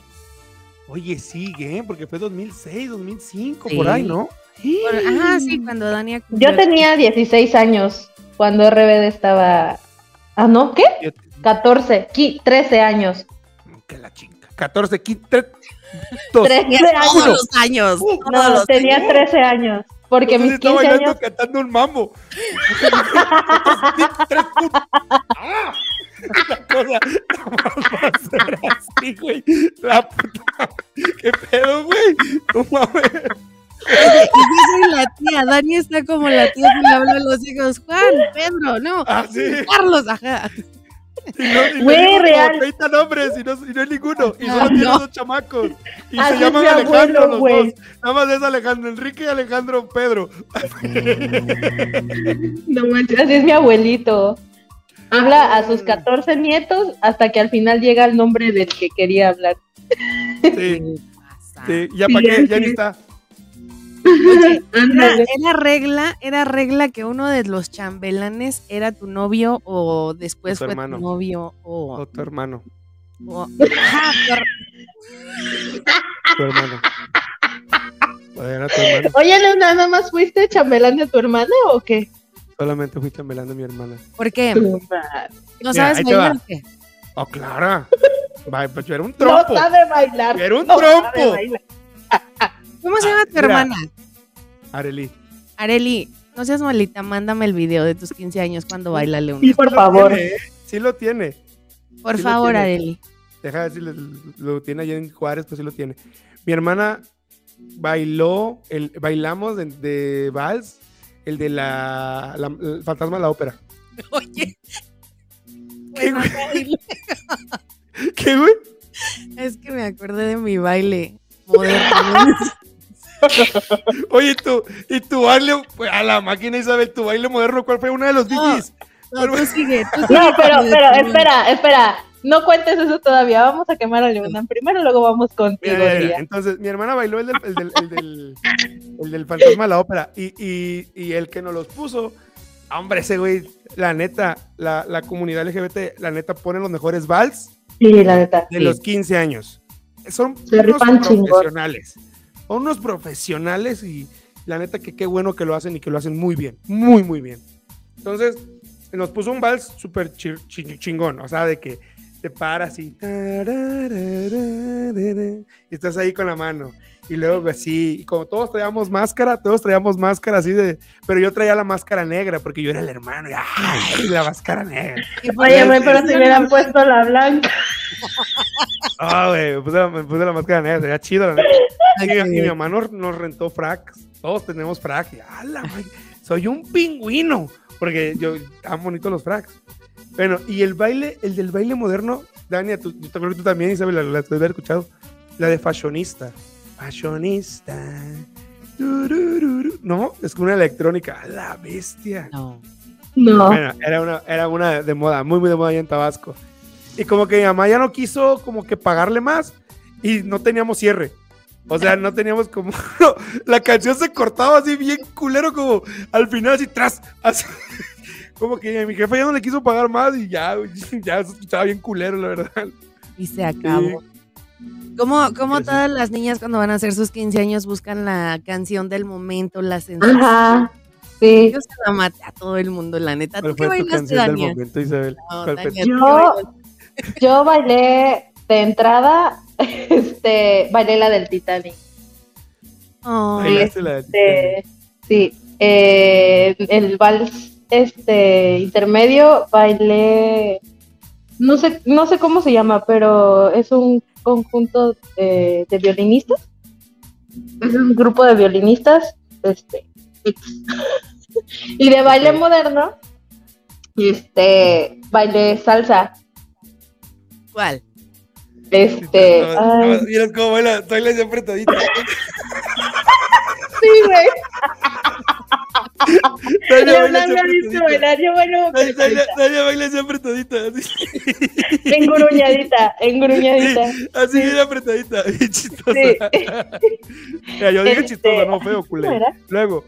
[SPEAKER 2] Oye, sigue, ¿eh? porque fue 2006, 2005,
[SPEAKER 1] Sí.
[SPEAKER 2] por ahí, ¿no?
[SPEAKER 1] Bueno, ajá, sí, cuando Dania. cumplió-
[SPEAKER 5] Yo tenía 16 años cuando RBD estaba... Ah, ¿no? ¿Qué?
[SPEAKER 2] Yo-
[SPEAKER 5] 14, qui- 13 años.
[SPEAKER 2] Que la chinga. 14, 15, 2.
[SPEAKER 5] 13
[SPEAKER 1] Todos
[SPEAKER 5] años.
[SPEAKER 1] los años.
[SPEAKER 2] Uh,
[SPEAKER 1] todos
[SPEAKER 5] No,
[SPEAKER 1] los
[SPEAKER 5] tenía 13 años. Porque mis 15
[SPEAKER 2] bailando,
[SPEAKER 5] años
[SPEAKER 2] cantando un mambo. Tres puntos. ¡Ah! La cosa no va a ser así, güey. La puta. ¿Qué pedo, güey? No mames.
[SPEAKER 1] Yo soy la tía, Dani está como la tía que le habla a los hijos, Juan, Pedro, no,
[SPEAKER 2] Así.
[SPEAKER 1] Carlos, ajá.
[SPEAKER 2] Y no, y no
[SPEAKER 5] Güey,
[SPEAKER 2] digo como
[SPEAKER 5] real.
[SPEAKER 2] 30 nombres y no, y no hay ninguno. Y
[SPEAKER 1] Ah,
[SPEAKER 2] solo tiene
[SPEAKER 1] no.
[SPEAKER 2] dos chamacos. Y
[SPEAKER 5] Así
[SPEAKER 2] se
[SPEAKER 5] es
[SPEAKER 2] llaman
[SPEAKER 5] mi
[SPEAKER 2] Alejandro
[SPEAKER 5] abuelo,
[SPEAKER 2] los
[SPEAKER 5] güey.
[SPEAKER 2] dos. Nada más es Alejandro Enrique y Alejandro Pedro.
[SPEAKER 5] No manches, Ah. así es mi abuelito. Habla a sus 14 nietos hasta que al final llega el nombre del que quería hablar.
[SPEAKER 2] Sí, sí. Ya para qué, ya ni está.
[SPEAKER 1] Oye, era,
[SPEAKER 5] Ándale.
[SPEAKER 1] era regla, era regla que uno de los chambelanes era tu novio o después
[SPEAKER 2] O tu
[SPEAKER 1] fue
[SPEAKER 2] hermano.
[SPEAKER 1] tu novio o,
[SPEAKER 2] Oh, tu hermano.
[SPEAKER 1] o- ajá, pero-
[SPEAKER 2] Tu hermano. Era tu hermano.
[SPEAKER 5] Oye, ¿no nada más fuiste chambelán de tu hermana o qué?
[SPEAKER 2] Solamente fui chambelán de mi hermana.
[SPEAKER 1] ¿por qué? ¿No
[SPEAKER 2] Mira,
[SPEAKER 1] sabes
[SPEAKER 2] ahí te va.
[SPEAKER 1] bailar o qué?
[SPEAKER 2] Oh, Clara. Va, pues yo era un
[SPEAKER 5] No
[SPEAKER 2] trompo.
[SPEAKER 5] sabe bailar.
[SPEAKER 2] Era un
[SPEAKER 5] no
[SPEAKER 2] trompo.
[SPEAKER 5] sabe bailar.
[SPEAKER 1] ¿Cómo se llama tu
[SPEAKER 2] Ah, mira.
[SPEAKER 1] hermana?
[SPEAKER 2] Areli.
[SPEAKER 1] Areli, no seas malita, mándame el video de tus 15 años cuando baila León.
[SPEAKER 5] Sí, por favor.
[SPEAKER 2] ¿eh? Sí lo tiene.
[SPEAKER 1] Por
[SPEAKER 2] sí lo
[SPEAKER 1] favor,
[SPEAKER 2] tiene.
[SPEAKER 1] Areli.
[SPEAKER 2] Deja de decirle, lo tiene allá en Juárez, pues sí lo tiene. Mi hermana bailó, el, bailamos de, de vals, el de la, la- el fantasma de la ópera.
[SPEAKER 1] Oye.
[SPEAKER 2] ¿Qué,
[SPEAKER 1] Bueno, Areli,
[SPEAKER 2] ¿Qué, güey?
[SPEAKER 1] es que me acordé de mi baile moderno.
[SPEAKER 2] Oye, tú, y tu baile, pues, a la máquina Isabel, tu baile moderno, ¿cuál fue? Una de los
[SPEAKER 1] No.
[SPEAKER 2] biggies.
[SPEAKER 1] No, tú sigue, tú sigue
[SPEAKER 5] No, pero,
[SPEAKER 1] con el
[SPEAKER 5] pero,
[SPEAKER 1] tuyo.
[SPEAKER 5] espera, espera. No cuentes eso todavía. Vamos a quemar a Leonam primero, luego vamos
[SPEAKER 2] Mira,
[SPEAKER 5] contigo.
[SPEAKER 2] mira, mira.
[SPEAKER 5] tía.
[SPEAKER 2] Entonces, mi hermana bailó el del, el del, el del- el del fantasma de la ópera. Y, y- y el que nos los puso, hombre, ese güey, la neta, la, la comunidad LGBT, la neta, pone los mejores vals
[SPEAKER 5] Sí, la neta.
[SPEAKER 2] de los 15 años. Son
[SPEAKER 5] Se
[SPEAKER 2] unos
[SPEAKER 5] rifan chingón.
[SPEAKER 2] profesionales. Son unos profesionales y la neta que qué bueno que lo hacen y que lo hacen muy bien, muy, muy bien. Entonces, nos puso un vals súper chir- chi- chingón, o sea, de que te paras y... tararararara, Y estás ahí con la mano. Y luego así, y como todos traíamos máscara, todos traíamos máscara así de... Pero yo traía la máscara negra porque yo era el hermano. Y, ¡ay! la máscara negra.
[SPEAKER 5] Oye, güey, pero si hubieran puesto la blanca.
[SPEAKER 2] Ah, güey, me puse, la, me puse la máscara negra, sería chido, la neta. Y, y mi mamá nos, nos rentó frac, todos tenemos frac. Y, "A la ma- soy un pingüino, porque yo tan bonito los fracs. Bueno, y el baile, el del baile moderno, Dania, tú, yo te creo que tú también, Isabel, la, la, te debes haber escuchado, la de fashionista. Fashionista. Turururu. No, es como una electrónica, a la bestia.
[SPEAKER 1] No.
[SPEAKER 5] No.
[SPEAKER 2] Bueno, era una, era una de moda, muy, muy de moda allá en Tabasco. Y como que mi mamá ya no quiso como que pagarle más y no teníamos cierre. O sea, no teníamos como... la canción se cortaba así bien culero como al final así tras. así. como que mi jefe ya no le quiso pagar más y ya, ya se escuchaba bien culero, la verdad.
[SPEAKER 1] Y se acabó. ¿Cómo, cómo todas las niñas cuando van a hacer sus 15 años buscan la canción del momento, la sensación?
[SPEAKER 5] Ajá. Sí.
[SPEAKER 1] Yo se la maté a todo el mundo, la neta. ¿Tú
[SPEAKER 2] ¿Cuál
[SPEAKER 1] qué
[SPEAKER 2] fue tu
[SPEAKER 1] bailaste,
[SPEAKER 2] canción del
[SPEAKER 1] Dania?
[SPEAKER 2] momento, Isabel?
[SPEAKER 1] No,
[SPEAKER 2] ¿Cuál fue?
[SPEAKER 1] Dania, ¿tú qué
[SPEAKER 5] Yo-
[SPEAKER 1] bailaste?
[SPEAKER 5] Yo bailé de entrada, este, bailé la del Titanic.
[SPEAKER 1] Ay,
[SPEAKER 2] ¿Bailaste la de-
[SPEAKER 5] Este, sí, eh, el vals
[SPEAKER 9] este intermedio bailé no sé no sé cómo se llama pero es un conjunto de, de violinistas es un grupo de violinistas este y de baile moderno este bailé salsa
[SPEAKER 1] ¿Cuál?
[SPEAKER 9] este ay,
[SPEAKER 2] Miren cómo baila, estoy la apretadita.
[SPEAKER 9] sí güey
[SPEAKER 2] Tania
[SPEAKER 9] Ya
[SPEAKER 2] baila así
[SPEAKER 9] me ha visto
[SPEAKER 2] apretadita.
[SPEAKER 9] bailar, yo bailo
[SPEAKER 2] Tania- Tania-
[SPEAKER 9] apretadita,
[SPEAKER 2] Tania baila así apretadita. así.
[SPEAKER 9] engruñadita, engruñadita.
[SPEAKER 2] Así bien apretadita, bien chistosa. Mira, yo dije
[SPEAKER 9] Este,
[SPEAKER 2] chistosa, no feo, culé.
[SPEAKER 9] ¿cómo era?
[SPEAKER 2] Luego.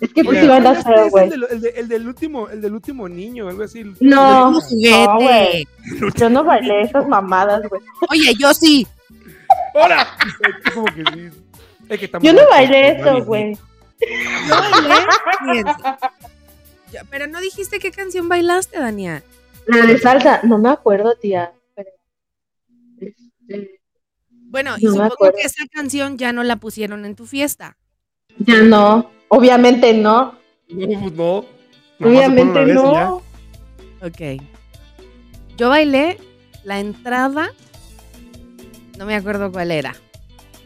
[SPEAKER 9] Es que
[SPEAKER 2] Oye,
[SPEAKER 9] pues iba a
[SPEAKER 2] ¿cuál
[SPEAKER 9] andar
[SPEAKER 2] es
[SPEAKER 9] feo,
[SPEAKER 2] el,
[SPEAKER 9] güey.
[SPEAKER 2] del- el de- el del último, el del último niño, algo así. el-
[SPEAKER 9] No,
[SPEAKER 1] Un juguete.
[SPEAKER 9] no, güey. Yo no bailé esas mamadas, güey.
[SPEAKER 1] Oye, yo sí.
[SPEAKER 2] ¡Hola! Es como que sí. Es que estamos-
[SPEAKER 9] Yo no bailé
[SPEAKER 2] Mami,
[SPEAKER 9] eso, güey.
[SPEAKER 1] Yo bailé. Fíjense. Yo- Pero no dijiste qué canción bailaste, Dania.
[SPEAKER 9] La de salsa, no me acuerdo, tía. pero- Este,
[SPEAKER 1] Bueno, y
[SPEAKER 9] No me
[SPEAKER 1] supongo
[SPEAKER 9] acuerdo.
[SPEAKER 1] que esa canción ya no la pusieron en tu fiesta.
[SPEAKER 9] Ya no, obviamente no.
[SPEAKER 2] No, pues no. Nomás se pone una
[SPEAKER 9] Obviamente
[SPEAKER 2] vez y
[SPEAKER 9] no.
[SPEAKER 1] Ok. Yo bailé la entrada, no me acuerdo cuál era.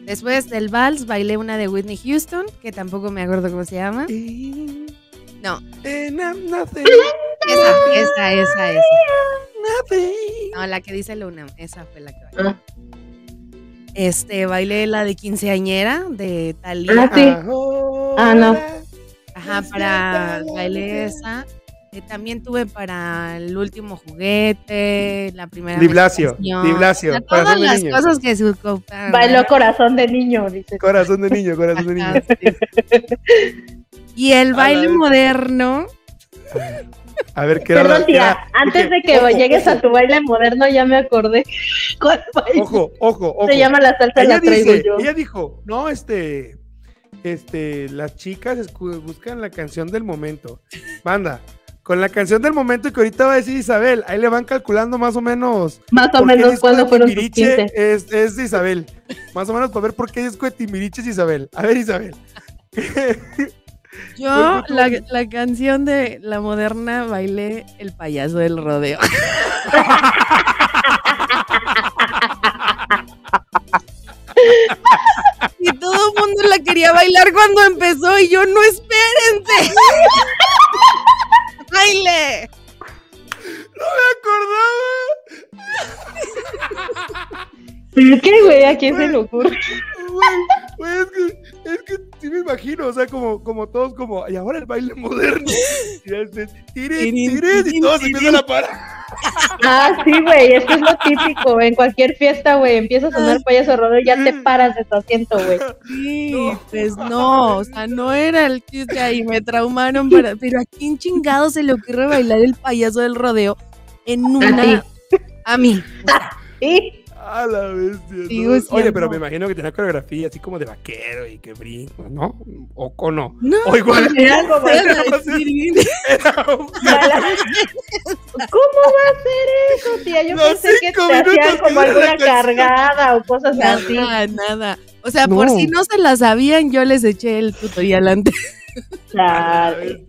[SPEAKER 1] Después del vals bailé una de Whitney Houston, que tampoco me acuerdo cómo se llama. No.
[SPEAKER 2] ya. And I'm nothing,
[SPEAKER 1] Esa, esa, esa, esa.
[SPEAKER 2] nothing.
[SPEAKER 1] No, la que dice Luna, esa fue la que bailé.
[SPEAKER 9] Ah,
[SPEAKER 1] Este, bailé la de quinceañera de Talía.
[SPEAKER 9] Ah, sí. Ah, no.
[SPEAKER 1] Ajá, para bailé esa. Eh, también tuve para el último juguete, la primera.
[SPEAKER 2] Di Blasio,
[SPEAKER 1] menstruación.
[SPEAKER 2] Di Blasio,
[SPEAKER 1] O sea,
[SPEAKER 2] corazón
[SPEAKER 1] todas
[SPEAKER 2] de
[SPEAKER 1] las
[SPEAKER 2] niño.
[SPEAKER 1] cosas que se ocupan.
[SPEAKER 9] Bailó corazón de niño, dice.
[SPEAKER 2] Corazón de niño, corazón de niño.
[SPEAKER 1] Ajá, sí. Y el
[SPEAKER 2] la
[SPEAKER 1] baile
[SPEAKER 2] vez.
[SPEAKER 1] moderno.
[SPEAKER 2] A ver, ¿qué era
[SPEAKER 9] Perdón,
[SPEAKER 2] la qué
[SPEAKER 9] tía,
[SPEAKER 2] era?
[SPEAKER 9] antes
[SPEAKER 2] Dije,
[SPEAKER 9] de que
[SPEAKER 2] ojo,
[SPEAKER 9] llegues
[SPEAKER 2] ojo,
[SPEAKER 9] a tu baile moderno, ya me acordé cuál baile
[SPEAKER 2] Ojo, ojo, ojo.
[SPEAKER 9] se llama la salsa,
[SPEAKER 2] ella
[SPEAKER 9] la traigo
[SPEAKER 2] dice,
[SPEAKER 9] yo.
[SPEAKER 2] ella dijo, no, este, este, las chicas escu- buscan la canción del momento. Manda, con la canción del momento que ahorita va a decir Isabel, ahí le van calculando más o menos.
[SPEAKER 9] Más o
[SPEAKER 2] por qué
[SPEAKER 9] menos
[SPEAKER 2] disco
[SPEAKER 9] cuando
[SPEAKER 2] de
[SPEAKER 9] fueron sus
[SPEAKER 2] Timbiriche
[SPEAKER 9] 15.
[SPEAKER 2] Es, es de Isabel. Más o menos para ver por qué disco de Timbiriche es Isabel. A ver, Isabel.
[SPEAKER 1] Yo,
[SPEAKER 2] ¿Cuál fue tu
[SPEAKER 1] la, la canción de la moderna, bailé el payaso del rodeo. Y todo el mundo la quería bailar cuando empezó y yo no espérense. Baile.
[SPEAKER 2] ¡Me
[SPEAKER 9] ¿Pero qué, güey? ¿A quién se le ocurre?
[SPEAKER 2] acordaba! Güey, güey, es que, es que sí me imagino, o sea, como, como todos como, y ahora el baile moderno. Y ya este, tirin, tirin, y todos empiezan a parar.
[SPEAKER 9] Ah, sí, güey, es que es lo típico. En cualquier fiesta, güey, empieza a sonar payaso rodeo, ya te paras de tu asiento, güey.
[SPEAKER 1] Sí, pues no, o sea, no era el chiste ahí, me traumaron, para- pero ¿a quién chingado se le ocurre bailar el payaso del rodeo en una... A mí.
[SPEAKER 9] Sí,
[SPEAKER 2] A la bestia.
[SPEAKER 1] Sigo
[SPEAKER 2] ¿no?
[SPEAKER 9] pues,
[SPEAKER 2] Oye,
[SPEAKER 1] siendo-
[SPEAKER 2] pero me imagino que tenía coreografía así como de vaquero y que brinco, ¿no? O, o no.
[SPEAKER 1] No,
[SPEAKER 2] O igual
[SPEAKER 9] era algo, güey.
[SPEAKER 1] Era decir,
[SPEAKER 2] era un-
[SPEAKER 9] ¿Cómo va a ser eso, tía? Yo
[SPEAKER 2] Los
[SPEAKER 9] pensé que
[SPEAKER 2] cinco
[SPEAKER 9] te
[SPEAKER 2] minutos
[SPEAKER 9] hacían
[SPEAKER 2] que
[SPEAKER 9] como
[SPEAKER 2] dura la
[SPEAKER 9] alguna
[SPEAKER 2] canción.
[SPEAKER 9] cargada o cosas así.
[SPEAKER 1] Nada, nada. O sea, por
[SPEAKER 2] No.
[SPEAKER 1] si no se la sabían, yo les eché el tutorial antes.
[SPEAKER 2] A la
[SPEAKER 9] Chale.
[SPEAKER 2] bestia.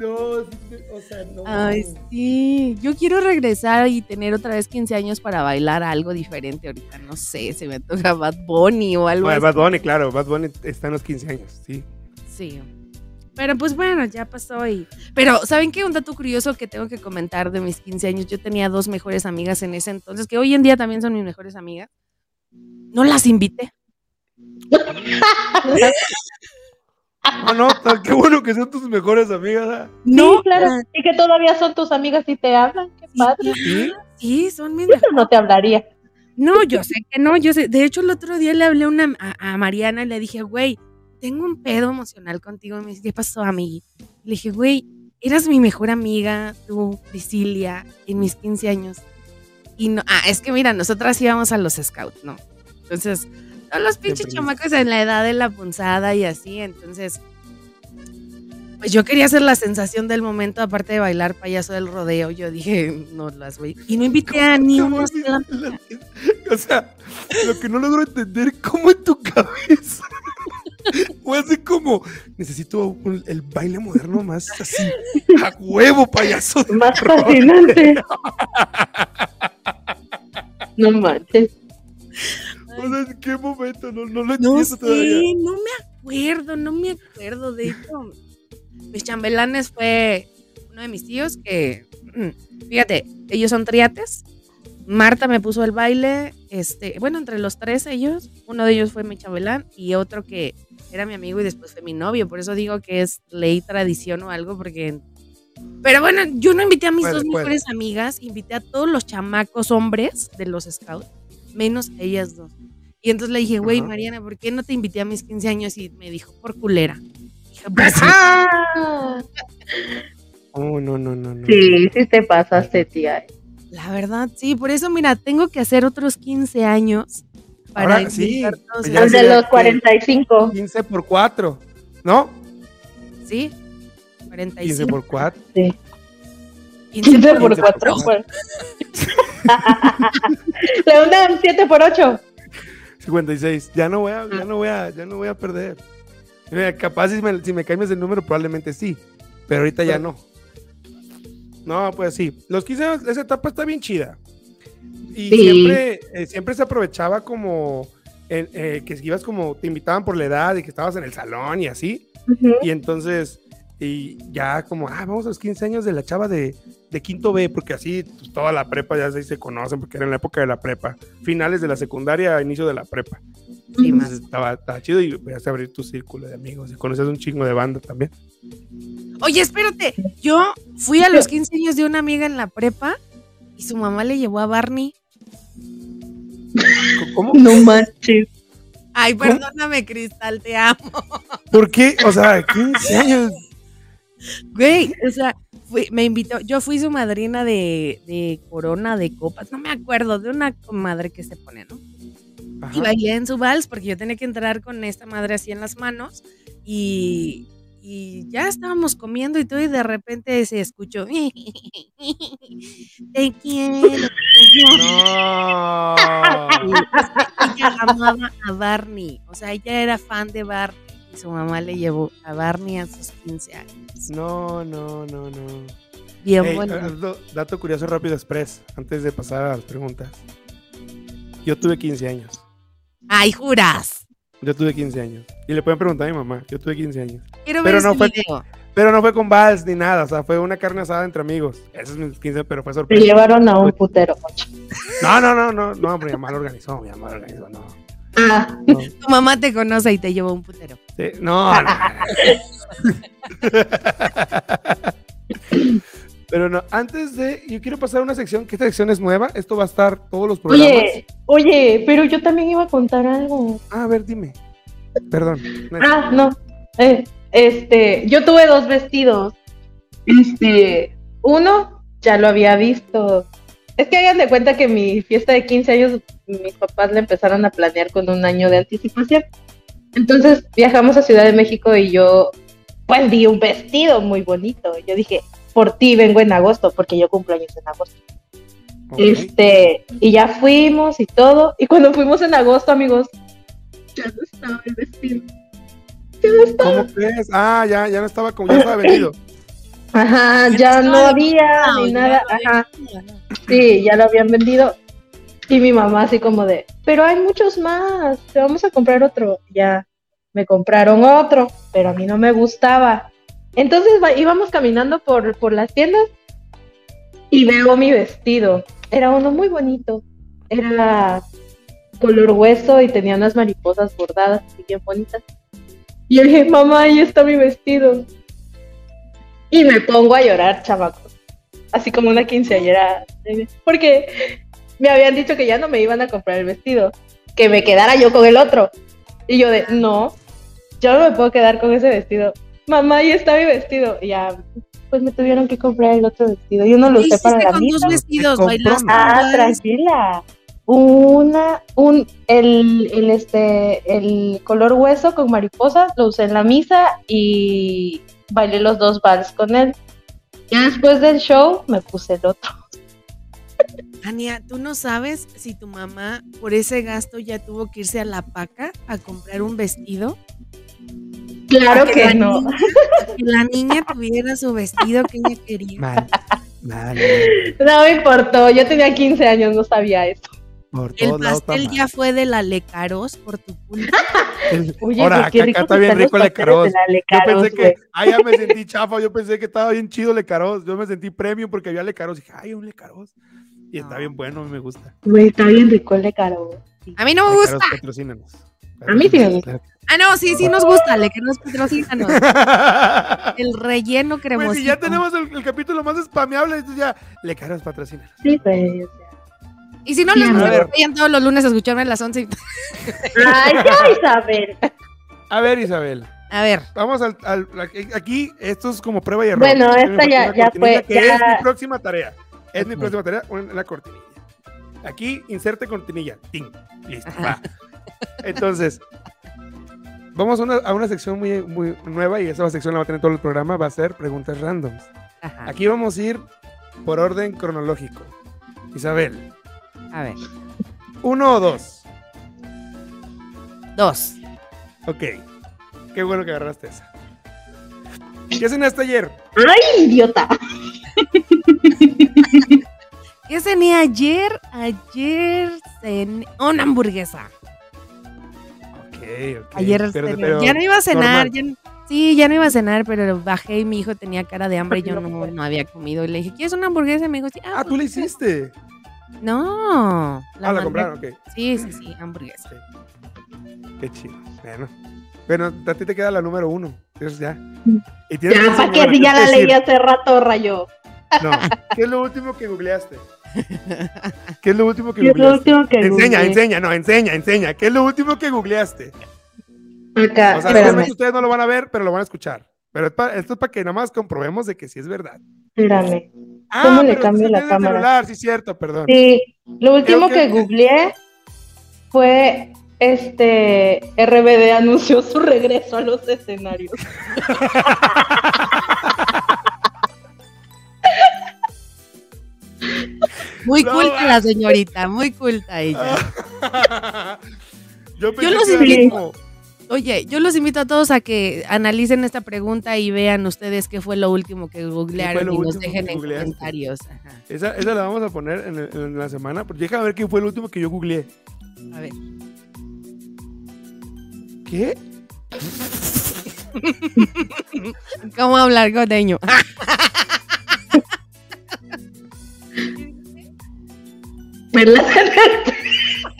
[SPEAKER 2] No, sí, sí, o sea, no.
[SPEAKER 1] Ay, sí. Yo quiero regresar y tener otra vez 15 años para bailar algo diferente ahorita. No sé, se me toca Bad Bunny o algo
[SPEAKER 2] Bueno,
[SPEAKER 1] así.
[SPEAKER 2] Bad Bunny, claro, Bad Bunny está en los 15 años, sí.
[SPEAKER 1] Sí. Pero pues bueno, ya pasó y... Pero, ¿saben qué? Un dato curioso que tengo que comentar de mis 15 años. Yo tenía dos mejores amigas en ese entonces, que hoy en día también son mis mejores amigas. No las invité.
[SPEAKER 2] No, no, ta- qué bueno que son tus mejores amigas. ¿ah?
[SPEAKER 1] No,
[SPEAKER 9] Sí, claro. Y que todavía son tus amigas y te hablan. Qué padre.
[SPEAKER 2] Sí.
[SPEAKER 1] sí, son mis
[SPEAKER 9] Yo no te hablaría.
[SPEAKER 1] No, yo sé que no, yo sé. De hecho, el otro día le hablé a una, a, a Mariana y le dije, güey, tengo un pedo emocional contigo. Y me dice, ¿qué pasó, amigui? Le dije, güey, eras mi mejor amiga, tú, Priscilia, en mis 15 años. Y no, ah, es que mira, nosotras íbamos a los scouts, ¿no? Entonces, todos los pinches
[SPEAKER 2] Siempre.
[SPEAKER 1] chamacos en la edad de la punzada y así, entonces. Pues yo quería hacer la sensación del momento, aparte de bailar payaso del rodeo. Yo dije, no las voy. Y no invité a ni una sola
[SPEAKER 2] O sea, lo que no logro entender, ¿cómo en tu cabeza? fue así como, necesito un- el baile moderno más así, a huevo, payaso. de
[SPEAKER 5] Más
[SPEAKER 2] rock".
[SPEAKER 5] fascinante. No manches.
[SPEAKER 2] O sea, ¿en qué momento? No, no lo entiendo
[SPEAKER 1] No
[SPEAKER 2] todavía.
[SPEAKER 1] sé, no me acuerdo, no me acuerdo. De hecho, mis chambelanes fue uno de mis tíos que, mm, fíjate, ellos son triates. Marta me puso el baile, este, bueno, entre los tres ellos, uno de ellos fue mi chambelán y otro que era mi amigo y después fue mi novio, por eso digo que es ley, tradición o algo, porque... Pero bueno, yo no invité a mis
[SPEAKER 2] Puede,
[SPEAKER 1] dos
[SPEAKER 2] puede.
[SPEAKER 1] mejores amigas, invité a todos los chamacos hombres de los scouts, menos ellas dos. Y entonces le dije, güey,
[SPEAKER 2] Ajá.
[SPEAKER 1] Mariana, ¿por qué no te invité a mis 15 años? Y me dijo, por culera. Dije, pues,
[SPEAKER 5] Ah,
[SPEAKER 2] Oh, no, no, no, no.
[SPEAKER 5] sí, sí te pasaste, tía.
[SPEAKER 1] la verdad, sí, por eso, mira, tengo que hacer otros 15 años para
[SPEAKER 2] Ahora sí,
[SPEAKER 1] invitar todos
[SPEAKER 2] pues ya
[SPEAKER 1] los-
[SPEAKER 5] Al
[SPEAKER 2] sé
[SPEAKER 5] de los
[SPEAKER 2] que-
[SPEAKER 5] 45.
[SPEAKER 2] 15 por 4, ¿no?
[SPEAKER 1] Sí,
[SPEAKER 2] 15
[SPEAKER 1] 45.
[SPEAKER 2] por 4.
[SPEAKER 5] 15 por pues.
[SPEAKER 2] 15
[SPEAKER 5] 4.
[SPEAKER 2] por
[SPEAKER 5] La una 7 por 8.
[SPEAKER 2] 56. Ya no voy a,
[SPEAKER 5] Ah.
[SPEAKER 2] ya no voy a, ya no voy a perder. Mira, capaz si me, si me cambias el número, probablemente sí. Pero ahorita ya no. No, pues sí. Los 15 años, esa etapa está bien chida. Y
[SPEAKER 5] Sí.
[SPEAKER 2] siempre, eh, siempre se aprovechaba como el- eh, que ibas como, te invitaban por la edad y que estabas en el salón y así. Y entonces, y ya como, ah, vamos a los 15 años de la chava de, de quinto B, porque así pues, toda la prepa ya se, se conocen, porque era en la época de la prepa, finales de la secundaria, inicio de la prepa.
[SPEAKER 1] Sí, más.
[SPEAKER 2] Entonces estaba, estaba chido y podías abrir tu círculo de amigos y conoces un chingo de banda también.
[SPEAKER 1] Oye, espérate, yo fui a los 15 años de una amiga en la prepa y su mamá le llevó a Barney.
[SPEAKER 2] ¿Cómo?
[SPEAKER 5] No manches.
[SPEAKER 1] Ay,
[SPEAKER 2] ¿Cómo?
[SPEAKER 1] perdóname, Cristal, te amo.
[SPEAKER 2] ¿Por qué? O sea, 15 años.
[SPEAKER 1] Güey, o sea, fui- me invitó, yo fui su madrina de, de corona, de copas, no me acuerdo, de una comadre que se pone, ¿no?
[SPEAKER 2] Ajá.
[SPEAKER 1] Y bailé en su vals porque yo tenía que entrar con esta madre así en las manos y, y ya estábamos comiendo y todo y de repente se escuchó, "Eh, te quiero. te amo".
[SPEAKER 2] No.
[SPEAKER 1] Ella amaba a Barney, o sea, ella era fan de Barney y su mamá le llevó a Barney a sus 15 años.
[SPEAKER 2] No, no, no, no.
[SPEAKER 1] Bien
[SPEAKER 2] Ey, eh,
[SPEAKER 1] bonito.
[SPEAKER 2] dato, dato curioso rápido express, antes de pasar a las preguntas. Yo tuve 15 años.
[SPEAKER 1] Ay, juras.
[SPEAKER 2] Yo tuve 15 años. Y le pueden preguntar a mi mamá. Yo tuve 15 años.
[SPEAKER 1] Quiero
[SPEAKER 2] Pero
[SPEAKER 1] ver
[SPEAKER 2] no
[SPEAKER 1] ese
[SPEAKER 2] fue-
[SPEAKER 1] video.
[SPEAKER 2] Pero no fue con vals ni nada. O sea, fue una carne asada entre amigos. Esos mis 15, pero fue
[SPEAKER 5] Te
[SPEAKER 2] sorpresa.
[SPEAKER 5] llevaron a un putero.
[SPEAKER 2] No, no, no, no. No, mi mamá lo organizó. Mi mamá lo organizó. No.
[SPEAKER 5] Ah,
[SPEAKER 2] No,
[SPEAKER 1] Tu mamá te conoce y te lleva un putero.
[SPEAKER 2] Sí, no, no, no. Pero no, antes de. Yo quiero pasar a una sección. Que esta sección es nueva. Esto va a estar todos los programas.
[SPEAKER 5] oye, oye, pero yo también iba a contar algo.
[SPEAKER 2] Ah, a ver, dime. Perdón. Nancy.
[SPEAKER 5] Ah, no. Eh, este, yo tuve dos vestidos. Este, uno ya lo había visto. Es que hagan de cuenta que mi fiesta de 15 años, mis papás la empezaron a planear con un año de anticipación. Entonces viajamos a Ciudad de México y yo, pues di un vestido muy bonito. Yo dije, por ti vengo en agosto, porque yo cumplo años en agosto.
[SPEAKER 2] Ok.
[SPEAKER 5] Este, y ya fuimos y todo. Y cuando fuimos en agosto, amigos, ya no estaba el vestido. Ya no estaba.
[SPEAKER 2] ¿Cómo crees? Ah, ya, ya no estaba como. Ya estaba vendido.
[SPEAKER 5] Ajá,
[SPEAKER 1] Ya
[SPEAKER 5] ya
[SPEAKER 1] no
[SPEAKER 5] no
[SPEAKER 1] estaba
[SPEAKER 5] había
[SPEAKER 1] comprado,
[SPEAKER 5] ni
[SPEAKER 1] ya
[SPEAKER 5] nada.
[SPEAKER 1] lo
[SPEAKER 5] Ajá, sí, ya lo habían vendido. Y mi mamá así como de, pero hay muchos más, te vamos a comprar otro. Ya, me compraron otro, pero a mí no me gustaba. Entonces va- íbamos caminando por, por las tiendas y veo mi vestido. Era uno muy bonito. Era color hueso y tenía unas mariposas bordadas así bien bonitas. Y yo dije, mamá, ahí está mi vestido. Y me pongo a llorar, chamacos. Así como una quinceañera. Porque me habían dicho que ya no me iban a comprar el vestido. Que me quedara yo con el otro. Y yo de, no, yo no me puedo quedar con ese vestido. Mamá, ahí está mi vestido. Y ya, pues me tuvieron que comprar el otro vestido. Yo no lo
[SPEAKER 1] ¿Qué
[SPEAKER 5] usé
[SPEAKER 1] hiciste
[SPEAKER 5] para la
[SPEAKER 1] con
[SPEAKER 5] misa.
[SPEAKER 1] tus vestidos?
[SPEAKER 2] compró,
[SPEAKER 1] ¿Bailaste?
[SPEAKER 2] no?
[SPEAKER 5] Ah,
[SPEAKER 1] vals?
[SPEAKER 5] tranquila. Una, un, el, el, este, el color hueso con mariposas lo usé en la misa y bailé los dos vals con él. Ya después del show me puse el otro.
[SPEAKER 1] Ania, tú no sabes si tu mamá por ese gasto ya tuvo que irse a la paca a comprar un vestido
[SPEAKER 5] Claro
[SPEAKER 1] que,
[SPEAKER 5] que
[SPEAKER 1] la
[SPEAKER 5] no.
[SPEAKER 1] niña- que la niña tuviera su vestido que ella quería.
[SPEAKER 2] Mal, mal, mal.
[SPEAKER 5] No me importó, yo tenía 15 años, no sabía eso.
[SPEAKER 2] Por
[SPEAKER 1] El
[SPEAKER 2] todos lados está
[SPEAKER 1] pastel
[SPEAKER 2] mal.
[SPEAKER 1] ya fue de la Lecaros por tu culpa.
[SPEAKER 2] El-
[SPEAKER 5] Oye,
[SPEAKER 2] Ahora,
[SPEAKER 5] pues, qué
[SPEAKER 2] acá,
[SPEAKER 5] rico
[SPEAKER 2] está
[SPEAKER 5] que
[SPEAKER 2] bien
[SPEAKER 5] están los
[SPEAKER 2] rico el
[SPEAKER 5] pasteles
[SPEAKER 2] Lecaros.
[SPEAKER 5] de la
[SPEAKER 2] Yo
[SPEAKER 5] Lecaros,
[SPEAKER 2] pensé que, ay, ya me sentí chafa, yo pensé que estaba bien chido Lecaros. Yo me sentí premium porque había Lecaros. Dije, ay, un Lecaros. Y
[SPEAKER 5] Ah.
[SPEAKER 2] está bien bueno, me gusta.
[SPEAKER 5] güey. Güey, está bien rico el de caro.
[SPEAKER 1] A mí no me
[SPEAKER 2] Lecaros,
[SPEAKER 1] gusta.
[SPEAKER 2] patrocínanos.
[SPEAKER 5] A mí sí me gusta.
[SPEAKER 1] Ah, no, sí, sí nos gusta. Lecaros patrocínanos.
[SPEAKER 2] Claro.
[SPEAKER 1] El relleno cremosito.
[SPEAKER 2] Pues si ya tenemos el, el capítulo más spameable, entonces ya Lecaros patrocínanos.
[SPEAKER 5] Sí, pues. o sea.
[SPEAKER 1] Y si no les
[SPEAKER 5] A
[SPEAKER 1] gusta,
[SPEAKER 2] ver.
[SPEAKER 1] vayan todos los lunes a escucharme a las 11.
[SPEAKER 5] Ay, ya, Isabel.
[SPEAKER 2] A ver, Isabel.
[SPEAKER 1] A ver,
[SPEAKER 2] Vamos al, al- aquí, esto es como prueba y error.
[SPEAKER 5] Bueno,
[SPEAKER 2] Me
[SPEAKER 5] esta
[SPEAKER 2] faltó
[SPEAKER 5] ya-
[SPEAKER 2] una
[SPEAKER 5] ya
[SPEAKER 2] cortinilla
[SPEAKER 5] fue,
[SPEAKER 2] que
[SPEAKER 5] ya-
[SPEAKER 2] Es mi próxima tarea. Es mi
[SPEAKER 1] Ok.
[SPEAKER 2] próxima tarea, una- la cortinilla. Aquí, inserte cortinilla. Ting. Listo. va. Entonces, vamos a una, a una sección muy, muy nueva y esa sección la va a tener todo el programa. Va a ser preguntas randoms.
[SPEAKER 5] Ah.
[SPEAKER 1] ajá,
[SPEAKER 2] Aquí vamos a ir por orden cronológico. Isabel,
[SPEAKER 1] a ver.
[SPEAKER 2] ¿uno o dos?
[SPEAKER 1] Dos.
[SPEAKER 2] Ok. Qué bueno que agarraste esa. ¿Qué cenaste ayer?
[SPEAKER 5] Ay, idiota.
[SPEAKER 1] ¿Qué cené ayer? Ayer cené una hamburguesa.
[SPEAKER 2] Ok, ok.
[SPEAKER 1] Ayer
[SPEAKER 2] Pero-
[SPEAKER 1] cené.
[SPEAKER 2] pero-
[SPEAKER 1] ya no iba a cenar.
[SPEAKER 2] normal.
[SPEAKER 1] ya no- sí, ya no iba a cenar, pero bajé y mi hijo tenía cara de hambre y yo
[SPEAKER 5] No,
[SPEAKER 1] no,
[SPEAKER 5] pues.
[SPEAKER 1] no había comido. Y le dije, ¿quieres una hamburguesa? Y me dijo, sí.
[SPEAKER 2] Ah, tú
[SPEAKER 1] pues,
[SPEAKER 2] le hiciste.
[SPEAKER 1] No.
[SPEAKER 2] ah, la
[SPEAKER 1] mandé-
[SPEAKER 2] compraron, ok.
[SPEAKER 1] Sí, sí, sí, hamburguesa.
[SPEAKER 2] Qué chido. Bueno. Bueno, a ti te queda la número uno. Entonces ya. Y tienes
[SPEAKER 5] Ya,
[SPEAKER 2] decirme,
[SPEAKER 5] para que
[SPEAKER 2] bueno,
[SPEAKER 5] si ya la
[SPEAKER 2] tienes que
[SPEAKER 5] leí
[SPEAKER 2] decir,
[SPEAKER 5] hace rato, rayo.
[SPEAKER 2] No. ¿Qué es lo último que googleaste? ¿Qué es lo último que
[SPEAKER 5] Yo lo
[SPEAKER 2] googleaste?
[SPEAKER 5] último que
[SPEAKER 2] Enseña,
[SPEAKER 5] googleé.
[SPEAKER 2] enseña, no, enseña, enseña. ¿Qué es lo último que googleaste?
[SPEAKER 5] Acá,
[SPEAKER 2] O sea,
[SPEAKER 5] Ah, espérame,
[SPEAKER 2] obviamente ustedes no lo van a ver, pero lo van a escuchar. Pero es pa- esto es para que nada más comprobemos de que sí es verdad.
[SPEAKER 5] espérame.
[SPEAKER 2] Ah,
[SPEAKER 5] ¿Cómo le
[SPEAKER 2] pero tú
[SPEAKER 5] cambio la
[SPEAKER 2] tienes el
[SPEAKER 5] cámara?
[SPEAKER 2] celular, sí, cierto, perdón.
[SPEAKER 5] Sí, lo
[SPEAKER 2] Creo
[SPEAKER 5] último
[SPEAKER 2] que-
[SPEAKER 5] que googleé fue este RBD anunció su regreso a los escenarios.
[SPEAKER 1] Muy
[SPEAKER 2] No,
[SPEAKER 1] culta
[SPEAKER 2] va.
[SPEAKER 1] la señorita, muy culta ella.
[SPEAKER 2] Yo, pensé
[SPEAKER 1] los
[SPEAKER 2] que era
[SPEAKER 1] invito.
[SPEAKER 2] como-
[SPEAKER 1] Oye, yo los invito a todos a que analicen esta pregunta y vean ustedes qué fue lo último que
[SPEAKER 2] ¿Qué fue
[SPEAKER 1] googlearon
[SPEAKER 2] lo
[SPEAKER 1] y nos
[SPEAKER 2] último
[SPEAKER 1] dejen
[SPEAKER 2] que
[SPEAKER 1] en
[SPEAKER 2] googleaste?
[SPEAKER 1] comentarios. Ajá.
[SPEAKER 2] Esa, esa la vamos a poner en, el- en la semana. Porque déjame ver quién fue el último que yo googleé.
[SPEAKER 1] A ver.
[SPEAKER 2] ¿Qué?
[SPEAKER 1] ¿Cómo hablar coteño?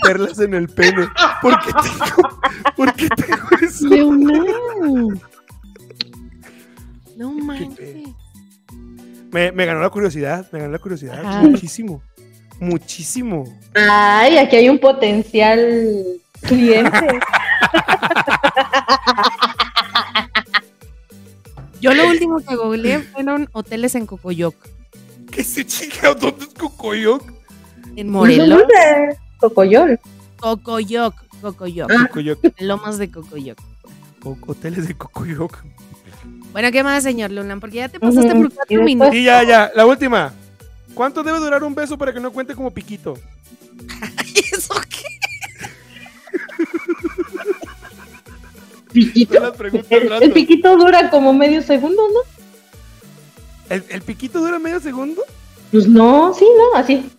[SPEAKER 2] Perlas en el pene. ¿Por qué tengo, por qué tengo eso?
[SPEAKER 1] no. No
[SPEAKER 2] pedo.
[SPEAKER 1] manches.
[SPEAKER 2] Me, me ganó la curiosidad. Me ganó la curiosidad.
[SPEAKER 1] Ajá.
[SPEAKER 2] Muchísimo. Muchísimo.
[SPEAKER 5] Ay, aquí hay un potencial cliente.
[SPEAKER 1] Yo lo último que googleé fueron hoteles en Cocoyoc,
[SPEAKER 2] ¿Qué se chica? ¿Dónde es Cocoyoc?
[SPEAKER 1] en Morelos.
[SPEAKER 5] Cocoyol.
[SPEAKER 1] Cocoyoc, Cocoyoc,
[SPEAKER 12] Ah.
[SPEAKER 2] Cocoyoc.
[SPEAKER 1] Lomas de Cocoyoc.
[SPEAKER 2] O- hoteles de Cocoyoc.
[SPEAKER 1] Bueno, ¿qué más, señor Lunan? Porque ya te pasaste
[SPEAKER 5] Ujú.
[SPEAKER 1] por
[SPEAKER 5] Y
[SPEAKER 1] cuatro
[SPEAKER 5] después-
[SPEAKER 1] minutos.
[SPEAKER 2] Y ya, ya. La última. ¿Cuánto debe durar un beso para que no cuente como piquito?
[SPEAKER 1] ¿Eso qué?
[SPEAKER 5] Piquito.
[SPEAKER 2] Son las preguntas
[SPEAKER 5] El, el
[SPEAKER 2] random.
[SPEAKER 5] piquito dura como medio segundo, ¿no?
[SPEAKER 2] ¿El, el piquito dura medio segundo?
[SPEAKER 5] Pues no, sí, no, así.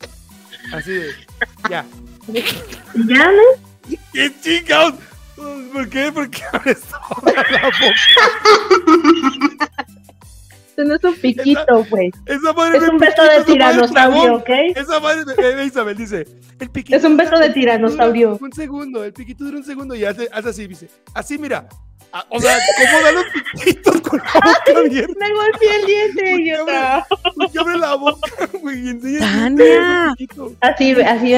[SPEAKER 2] Así de. Ya.
[SPEAKER 5] Ya, ¿no?
[SPEAKER 2] ¡Qué chingados! ¿Por qué? ¿Por qué abres toda la boca?
[SPEAKER 5] Este no es un piquito, güey.
[SPEAKER 2] Esa madre
[SPEAKER 5] Es
[SPEAKER 2] no
[SPEAKER 5] un beso
[SPEAKER 2] piquito, esa
[SPEAKER 5] de
[SPEAKER 2] madre es
[SPEAKER 5] tiranosaurio,
[SPEAKER 2] dragón.
[SPEAKER 5] ¿ok?
[SPEAKER 2] Esa madre, eh, eh, Isabel dice, el piquito.
[SPEAKER 5] Es un beso de
[SPEAKER 2] el piquito
[SPEAKER 5] tiranosaurio.
[SPEAKER 2] dura Un segundo, el piquito dura un segundo y hace, hace así, dice, así mira. Ah, O sea, ¿cómo dan los piquitos con la boca abierta?
[SPEAKER 5] Me golpeé el diente, idiota.
[SPEAKER 2] Porque abre la boca, güey, y enseña el diente,
[SPEAKER 1] Tania.
[SPEAKER 2] el piquito.
[SPEAKER 5] Así, así,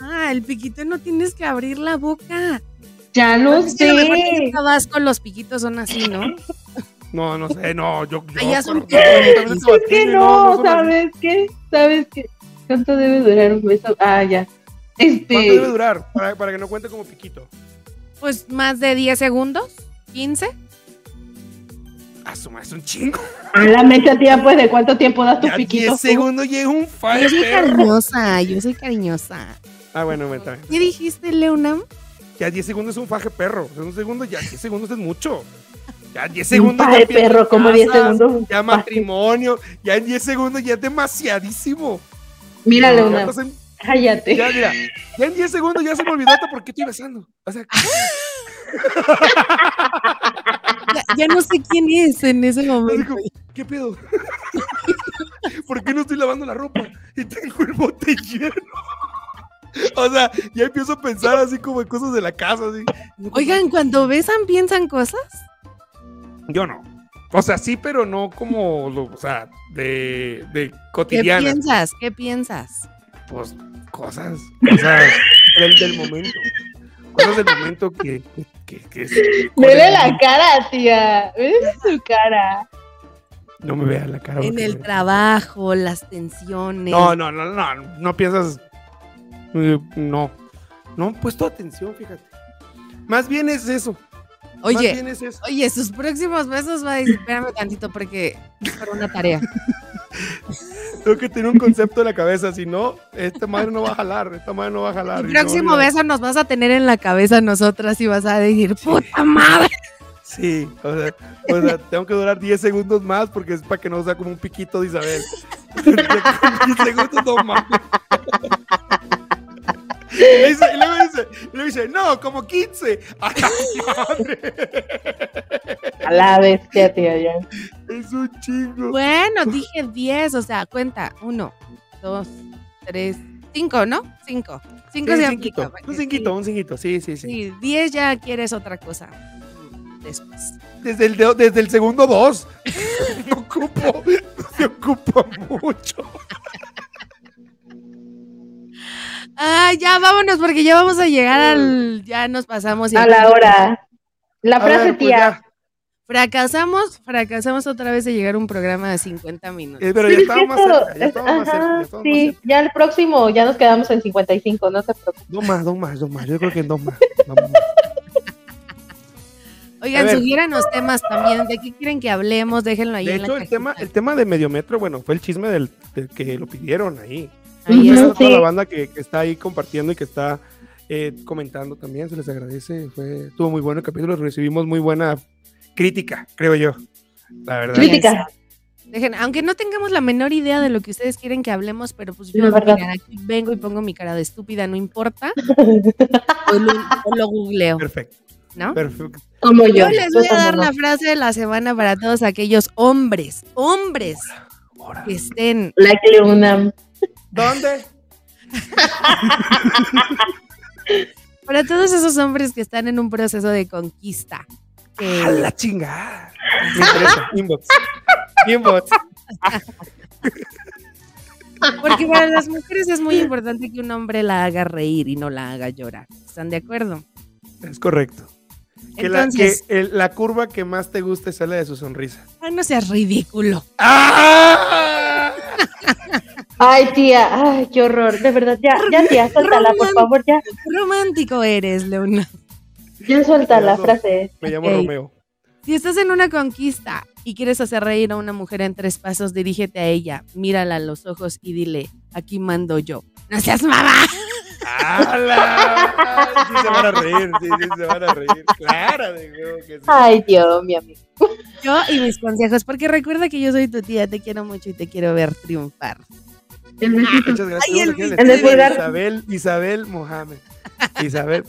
[SPEAKER 1] Ah, el piquito no tienes que abrir la boca.
[SPEAKER 5] ya lo
[SPEAKER 1] Es que a lo mejor aquí
[SPEAKER 5] sé.
[SPEAKER 1] en Tabasco los piquitos son así, ¿no?
[SPEAKER 2] No, no sé, no, yo. yo
[SPEAKER 1] Ay, ya son
[SPEAKER 2] pero- pero-
[SPEAKER 1] piquitos.
[SPEAKER 5] Es que no, ¿sabes qué? ¿Sabes qué? ¿Cuánto debe durar un beso? Ah, ya.
[SPEAKER 2] ¿Cuánto debe
[SPEAKER 5] Este,
[SPEAKER 2] durar para, para que no cuente como piquito?
[SPEAKER 1] Pues más de 10 segundos, 15.
[SPEAKER 2] Ah, su madre, es un chingo.
[SPEAKER 5] a la mecha
[SPEAKER 9] pues,
[SPEAKER 5] tiempo es de cuánto tiempo das tu
[SPEAKER 2] Ya
[SPEAKER 5] piquito.
[SPEAKER 2] 10 segundos y es un fire.
[SPEAKER 1] Yo soy
[SPEAKER 2] perro.
[SPEAKER 1] cariñosa, yo soy cariñosa.
[SPEAKER 2] Ah, bueno, bueno, está bien.
[SPEAKER 1] ¿Qué dijiste, Leonam?
[SPEAKER 2] Ya 10 segundos es un faje perro. O sea, un segundo, ya 10 segundos es mucho. Ya 10 segundos. ya
[SPEAKER 9] Ay, perro, como 10
[SPEAKER 2] casas,
[SPEAKER 9] segundos.
[SPEAKER 2] Ya matrimonio. Ya en 10 segundos ya es demasiadísimo.
[SPEAKER 9] Mírale
[SPEAKER 2] Ya
[SPEAKER 9] una.
[SPEAKER 2] estás en-
[SPEAKER 9] Cállate.
[SPEAKER 2] Ya, mira, ya en 10 segundos ya se me olvidó hasta por qué estoy besando. O sea,
[SPEAKER 1] Ya, ya no sé quién es en ese momento.
[SPEAKER 2] ¿qué pedo? ¿Por qué no estoy lavando la ropa? Y tengo el bote lleno. O sea, ya empiezo a pensar así como en cosas de la casa. Así.
[SPEAKER 1] Oigan, cuando besan, ¿piensan cosas?
[SPEAKER 2] Yo no. O sea, sí, pero no como, lo- o sea, de, de
[SPEAKER 1] ¿Qué
[SPEAKER 2] cotidiana.
[SPEAKER 1] piensas? ¿Qué piensas?
[SPEAKER 2] Pues cosas, cosas del, del momento. Cosas del momento que... que, que es-
[SPEAKER 9] Vele la cara, tía. Vele su cara.
[SPEAKER 2] No me veas la cara.
[SPEAKER 1] En
[SPEAKER 2] porque
[SPEAKER 1] el
[SPEAKER 2] me-
[SPEAKER 1] trabajo, las tensiones.
[SPEAKER 2] No, no, no, no, no piensas. eh, No, no han puesto atención, fíjate. Más bien es eso. Más
[SPEAKER 1] Oye,
[SPEAKER 2] bien es eso.
[SPEAKER 1] oye, sus próximos besos va a decir, espérame tantito porque es para una tarea.
[SPEAKER 2] Tengo que tener un concepto en la cabeza, si no, esta madre no va a jalar, esta madre no va a jalar.
[SPEAKER 1] El
[SPEAKER 2] y no,
[SPEAKER 1] próximo
[SPEAKER 2] mira.
[SPEAKER 1] beso nos vas a tener en la cabeza nosotras y vas a decir, puta madre.
[SPEAKER 2] Sí, o sea, o sea, tengo que durar 10 segundos más porque es para que no sea como un piquito de Isabel. 10 segundos no mames. Y le dice- y luego dice, y luego dice, no, como 15. ¡A la madre!
[SPEAKER 9] A la bestia, tía. Ya.
[SPEAKER 2] Es un
[SPEAKER 1] Pues
[SPEAKER 2] chingo.
[SPEAKER 1] Bueno, dije 10, o sea, cuenta. Uno, dos, tres, cinco, ¿no? Cinco. Cinco
[SPEAKER 2] Sí,
[SPEAKER 1] se
[SPEAKER 2] un
[SPEAKER 1] aplica,
[SPEAKER 2] cinquito,
[SPEAKER 1] porque
[SPEAKER 2] un
[SPEAKER 1] sí,
[SPEAKER 2] cinquito, un cinquito, sí, sí, sí.
[SPEAKER 1] Sí, 10 ya quieres otra cosa mm, después.
[SPEAKER 2] Desde, el, de- desde el segundo dos. no ocupo, no se ocupa mucho.
[SPEAKER 1] Ah, ya vámonos porque ya vamos a llegar al... Ya nos pasamos. y
[SPEAKER 9] Mm. A
[SPEAKER 1] entonces-
[SPEAKER 9] la hora. La
[SPEAKER 2] A
[SPEAKER 9] frase,
[SPEAKER 2] ver, pues
[SPEAKER 9] tía.
[SPEAKER 2] ya.
[SPEAKER 1] Fracasamos, fracasamos otra vez de llegar a un programa de 50 minutos.
[SPEAKER 2] Eh, pero
[SPEAKER 9] Pero
[SPEAKER 2] ya
[SPEAKER 9] es que
[SPEAKER 2] estaba más
[SPEAKER 9] esto-
[SPEAKER 2] cerca, ya
[SPEAKER 9] es-
[SPEAKER 2] estaba más cerca,
[SPEAKER 9] ajá,
[SPEAKER 2] ya estaba más
[SPEAKER 9] sí,
[SPEAKER 2] cerca.
[SPEAKER 9] ya el próximo, ya nos quedamos en 55, no te preocupes.
[SPEAKER 2] Dos más, dos más, dos más. Yo creo que en dos más. dos más. a
[SPEAKER 1] Oigan,
[SPEAKER 2] ver.
[SPEAKER 1] sugiéranos temas también. ¿De qué quieren que hablemos? Déjenlo ahí
[SPEAKER 2] De
[SPEAKER 1] en la
[SPEAKER 2] hecho, el
[SPEAKER 1] cajita.
[SPEAKER 2] tema, el tema de Mediometro, bueno, fue el chisme del, del que lo pidieron ahí.
[SPEAKER 1] Ahí
[SPEAKER 9] Ujú.
[SPEAKER 1] está.
[SPEAKER 2] Gracias a toda
[SPEAKER 9] sí.
[SPEAKER 2] la banda que, que está ahí compartiendo y que está eh, comentando también, se les agradece. Fue, estuvo muy bueno el capítulo, recibimos muy buena crítica, creo yo. La verdad.
[SPEAKER 9] Crítica.
[SPEAKER 1] Dejen, aunque no tengamos la menor idea de lo que ustedes quieren que hablemos, pero pues yo
[SPEAKER 9] La verdad.
[SPEAKER 1] mira, aquí vengo y pongo mi cara de estúpida, no importa. o, lo, o lo googleo,
[SPEAKER 2] Perfecto,
[SPEAKER 1] ¿no?
[SPEAKER 2] perfecto.
[SPEAKER 9] Como yo.
[SPEAKER 1] Yo les
[SPEAKER 9] Yo
[SPEAKER 1] voy a
[SPEAKER 9] tampoco.
[SPEAKER 1] dar la frase de la semana para todos aquellos hombres, hombres que estén
[SPEAKER 9] La que le una.
[SPEAKER 2] ¿Dónde?
[SPEAKER 1] Para todos esos hombres que están en un proceso de conquista. que-
[SPEAKER 2] A la chingada. Me interesa. Inbox. Inbox.
[SPEAKER 1] porque para las mujeres es muy importante que un hombre la haga reír y no la haga llorar. ¿Están de acuerdo?
[SPEAKER 2] Es correcto. Que,
[SPEAKER 1] Entonces,
[SPEAKER 2] la, que el- la curva que más te guste sea la de su sonrisa.
[SPEAKER 1] ah, no seas ridículo.
[SPEAKER 2] ¡Ah!
[SPEAKER 9] Ay, tía, ay, qué horror. De verdad, ya, ya, tía, suéltala, por favor, ya.
[SPEAKER 1] Romántico eres, Leona.
[SPEAKER 9] Ya suelta la
[SPEAKER 2] Eso.
[SPEAKER 9] frase.
[SPEAKER 2] Me llamo
[SPEAKER 1] Ok.
[SPEAKER 2] Romeo.
[SPEAKER 1] Si estás en una conquista y quieres hacer reír a una mujer en tres pasos, dirígete a ella, mírala a los ojos y dile, aquí mando yo. No seas mamá.
[SPEAKER 2] ¡Hala! Sí se van a reír, sí, sí se van a reír. Claro, digo que sí.
[SPEAKER 9] Ay, Dios, mi amigo.
[SPEAKER 1] Yo y mis consejos, porque recuerda que yo soy tu tía, te quiero mucho y te quiero ver triunfar.
[SPEAKER 2] Muchas gracias.
[SPEAKER 1] Ay, el
[SPEAKER 2] Vamos a
[SPEAKER 1] Vic-
[SPEAKER 2] quién le
[SPEAKER 9] el
[SPEAKER 2] toca.
[SPEAKER 9] Vic-
[SPEAKER 2] Isabel, Isabel Mohamed. Isabel,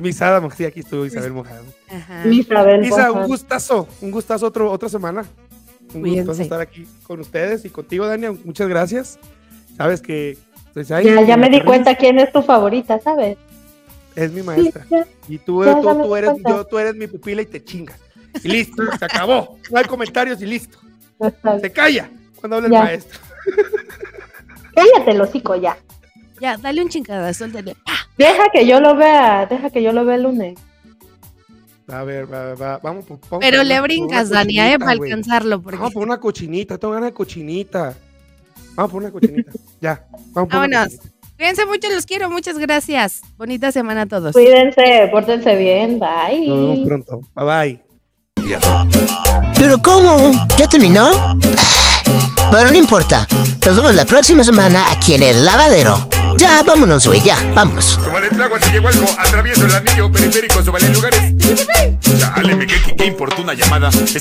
[SPEAKER 2] Misada, Mo- sí, aquí estuvo Isabel Mohamed.
[SPEAKER 1] Ajá.
[SPEAKER 9] Mi Isabel.
[SPEAKER 2] Isa,
[SPEAKER 9] por
[SPEAKER 2] un
[SPEAKER 9] favor.
[SPEAKER 2] gustazo, un gustazo otro, otra semana. Un
[SPEAKER 1] Cuídense.
[SPEAKER 2] gustazo estar aquí con ustedes y contigo, Dania. Muchas gracias. Sabes que pues, ahí,
[SPEAKER 9] Ya, ya me di
[SPEAKER 2] Carolina
[SPEAKER 9] cuenta quién es tu favorita, ¿sabes?
[SPEAKER 2] Es mi maestra.
[SPEAKER 9] ya.
[SPEAKER 2] Y tú,
[SPEAKER 9] Ya,
[SPEAKER 2] tú-
[SPEAKER 9] ya me
[SPEAKER 2] tú
[SPEAKER 9] di
[SPEAKER 2] eres,
[SPEAKER 9] cuenta.
[SPEAKER 2] yo, tú eres mi pupila y te chingas. Y listo, se acabó. No hay comentarios y listo.
[SPEAKER 9] No sabes.
[SPEAKER 2] Se calla cuando habla
[SPEAKER 9] Ya.
[SPEAKER 2] el maestro.
[SPEAKER 9] Cállate el hocico ya.
[SPEAKER 1] Ya, dale un chingada, suéltale.
[SPEAKER 9] Deja que yo lo vea, deja que yo lo vea el lunes.
[SPEAKER 2] A ver, va, va, vamos por vamos
[SPEAKER 1] Pero
[SPEAKER 2] por una-
[SPEAKER 1] le
[SPEAKER 2] por
[SPEAKER 1] brincas,
[SPEAKER 2] una
[SPEAKER 1] Dania, eh,
[SPEAKER 2] cochinita,
[SPEAKER 1] para
[SPEAKER 2] güey.
[SPEAKER 1] alcanzarlo. Porque...
[SPEAKER 2] Vamos por una cochinita, tengo ganas de cochinita. Vamos por una cochinita. ya, vamos por una
[SPEAKER 1] Vámonos.
[SPEAKER 2] cochinita.
[SPEAKER 1] Cuídense mucho, los quiero, muchas gracias. Bonita semana a todos.
[SPEAKER 9] Cuídense, pórtense bien, bye.
[SPEAKER 2] Nos vemos pronto. Bye bye.
[SPEAKER 4] ¿Pero cómo? ¿Ya terminó? Pero no importa. Nos vemos la próxima semana aquí en el lavadero. Ya, vámonos, güey, ya, vámonos.
[SPEAKER 13] Súbale el trago, así llegó algo, atravieso el anillo periférico, súbale lugares. Chale, me qué, qué importuna llamada.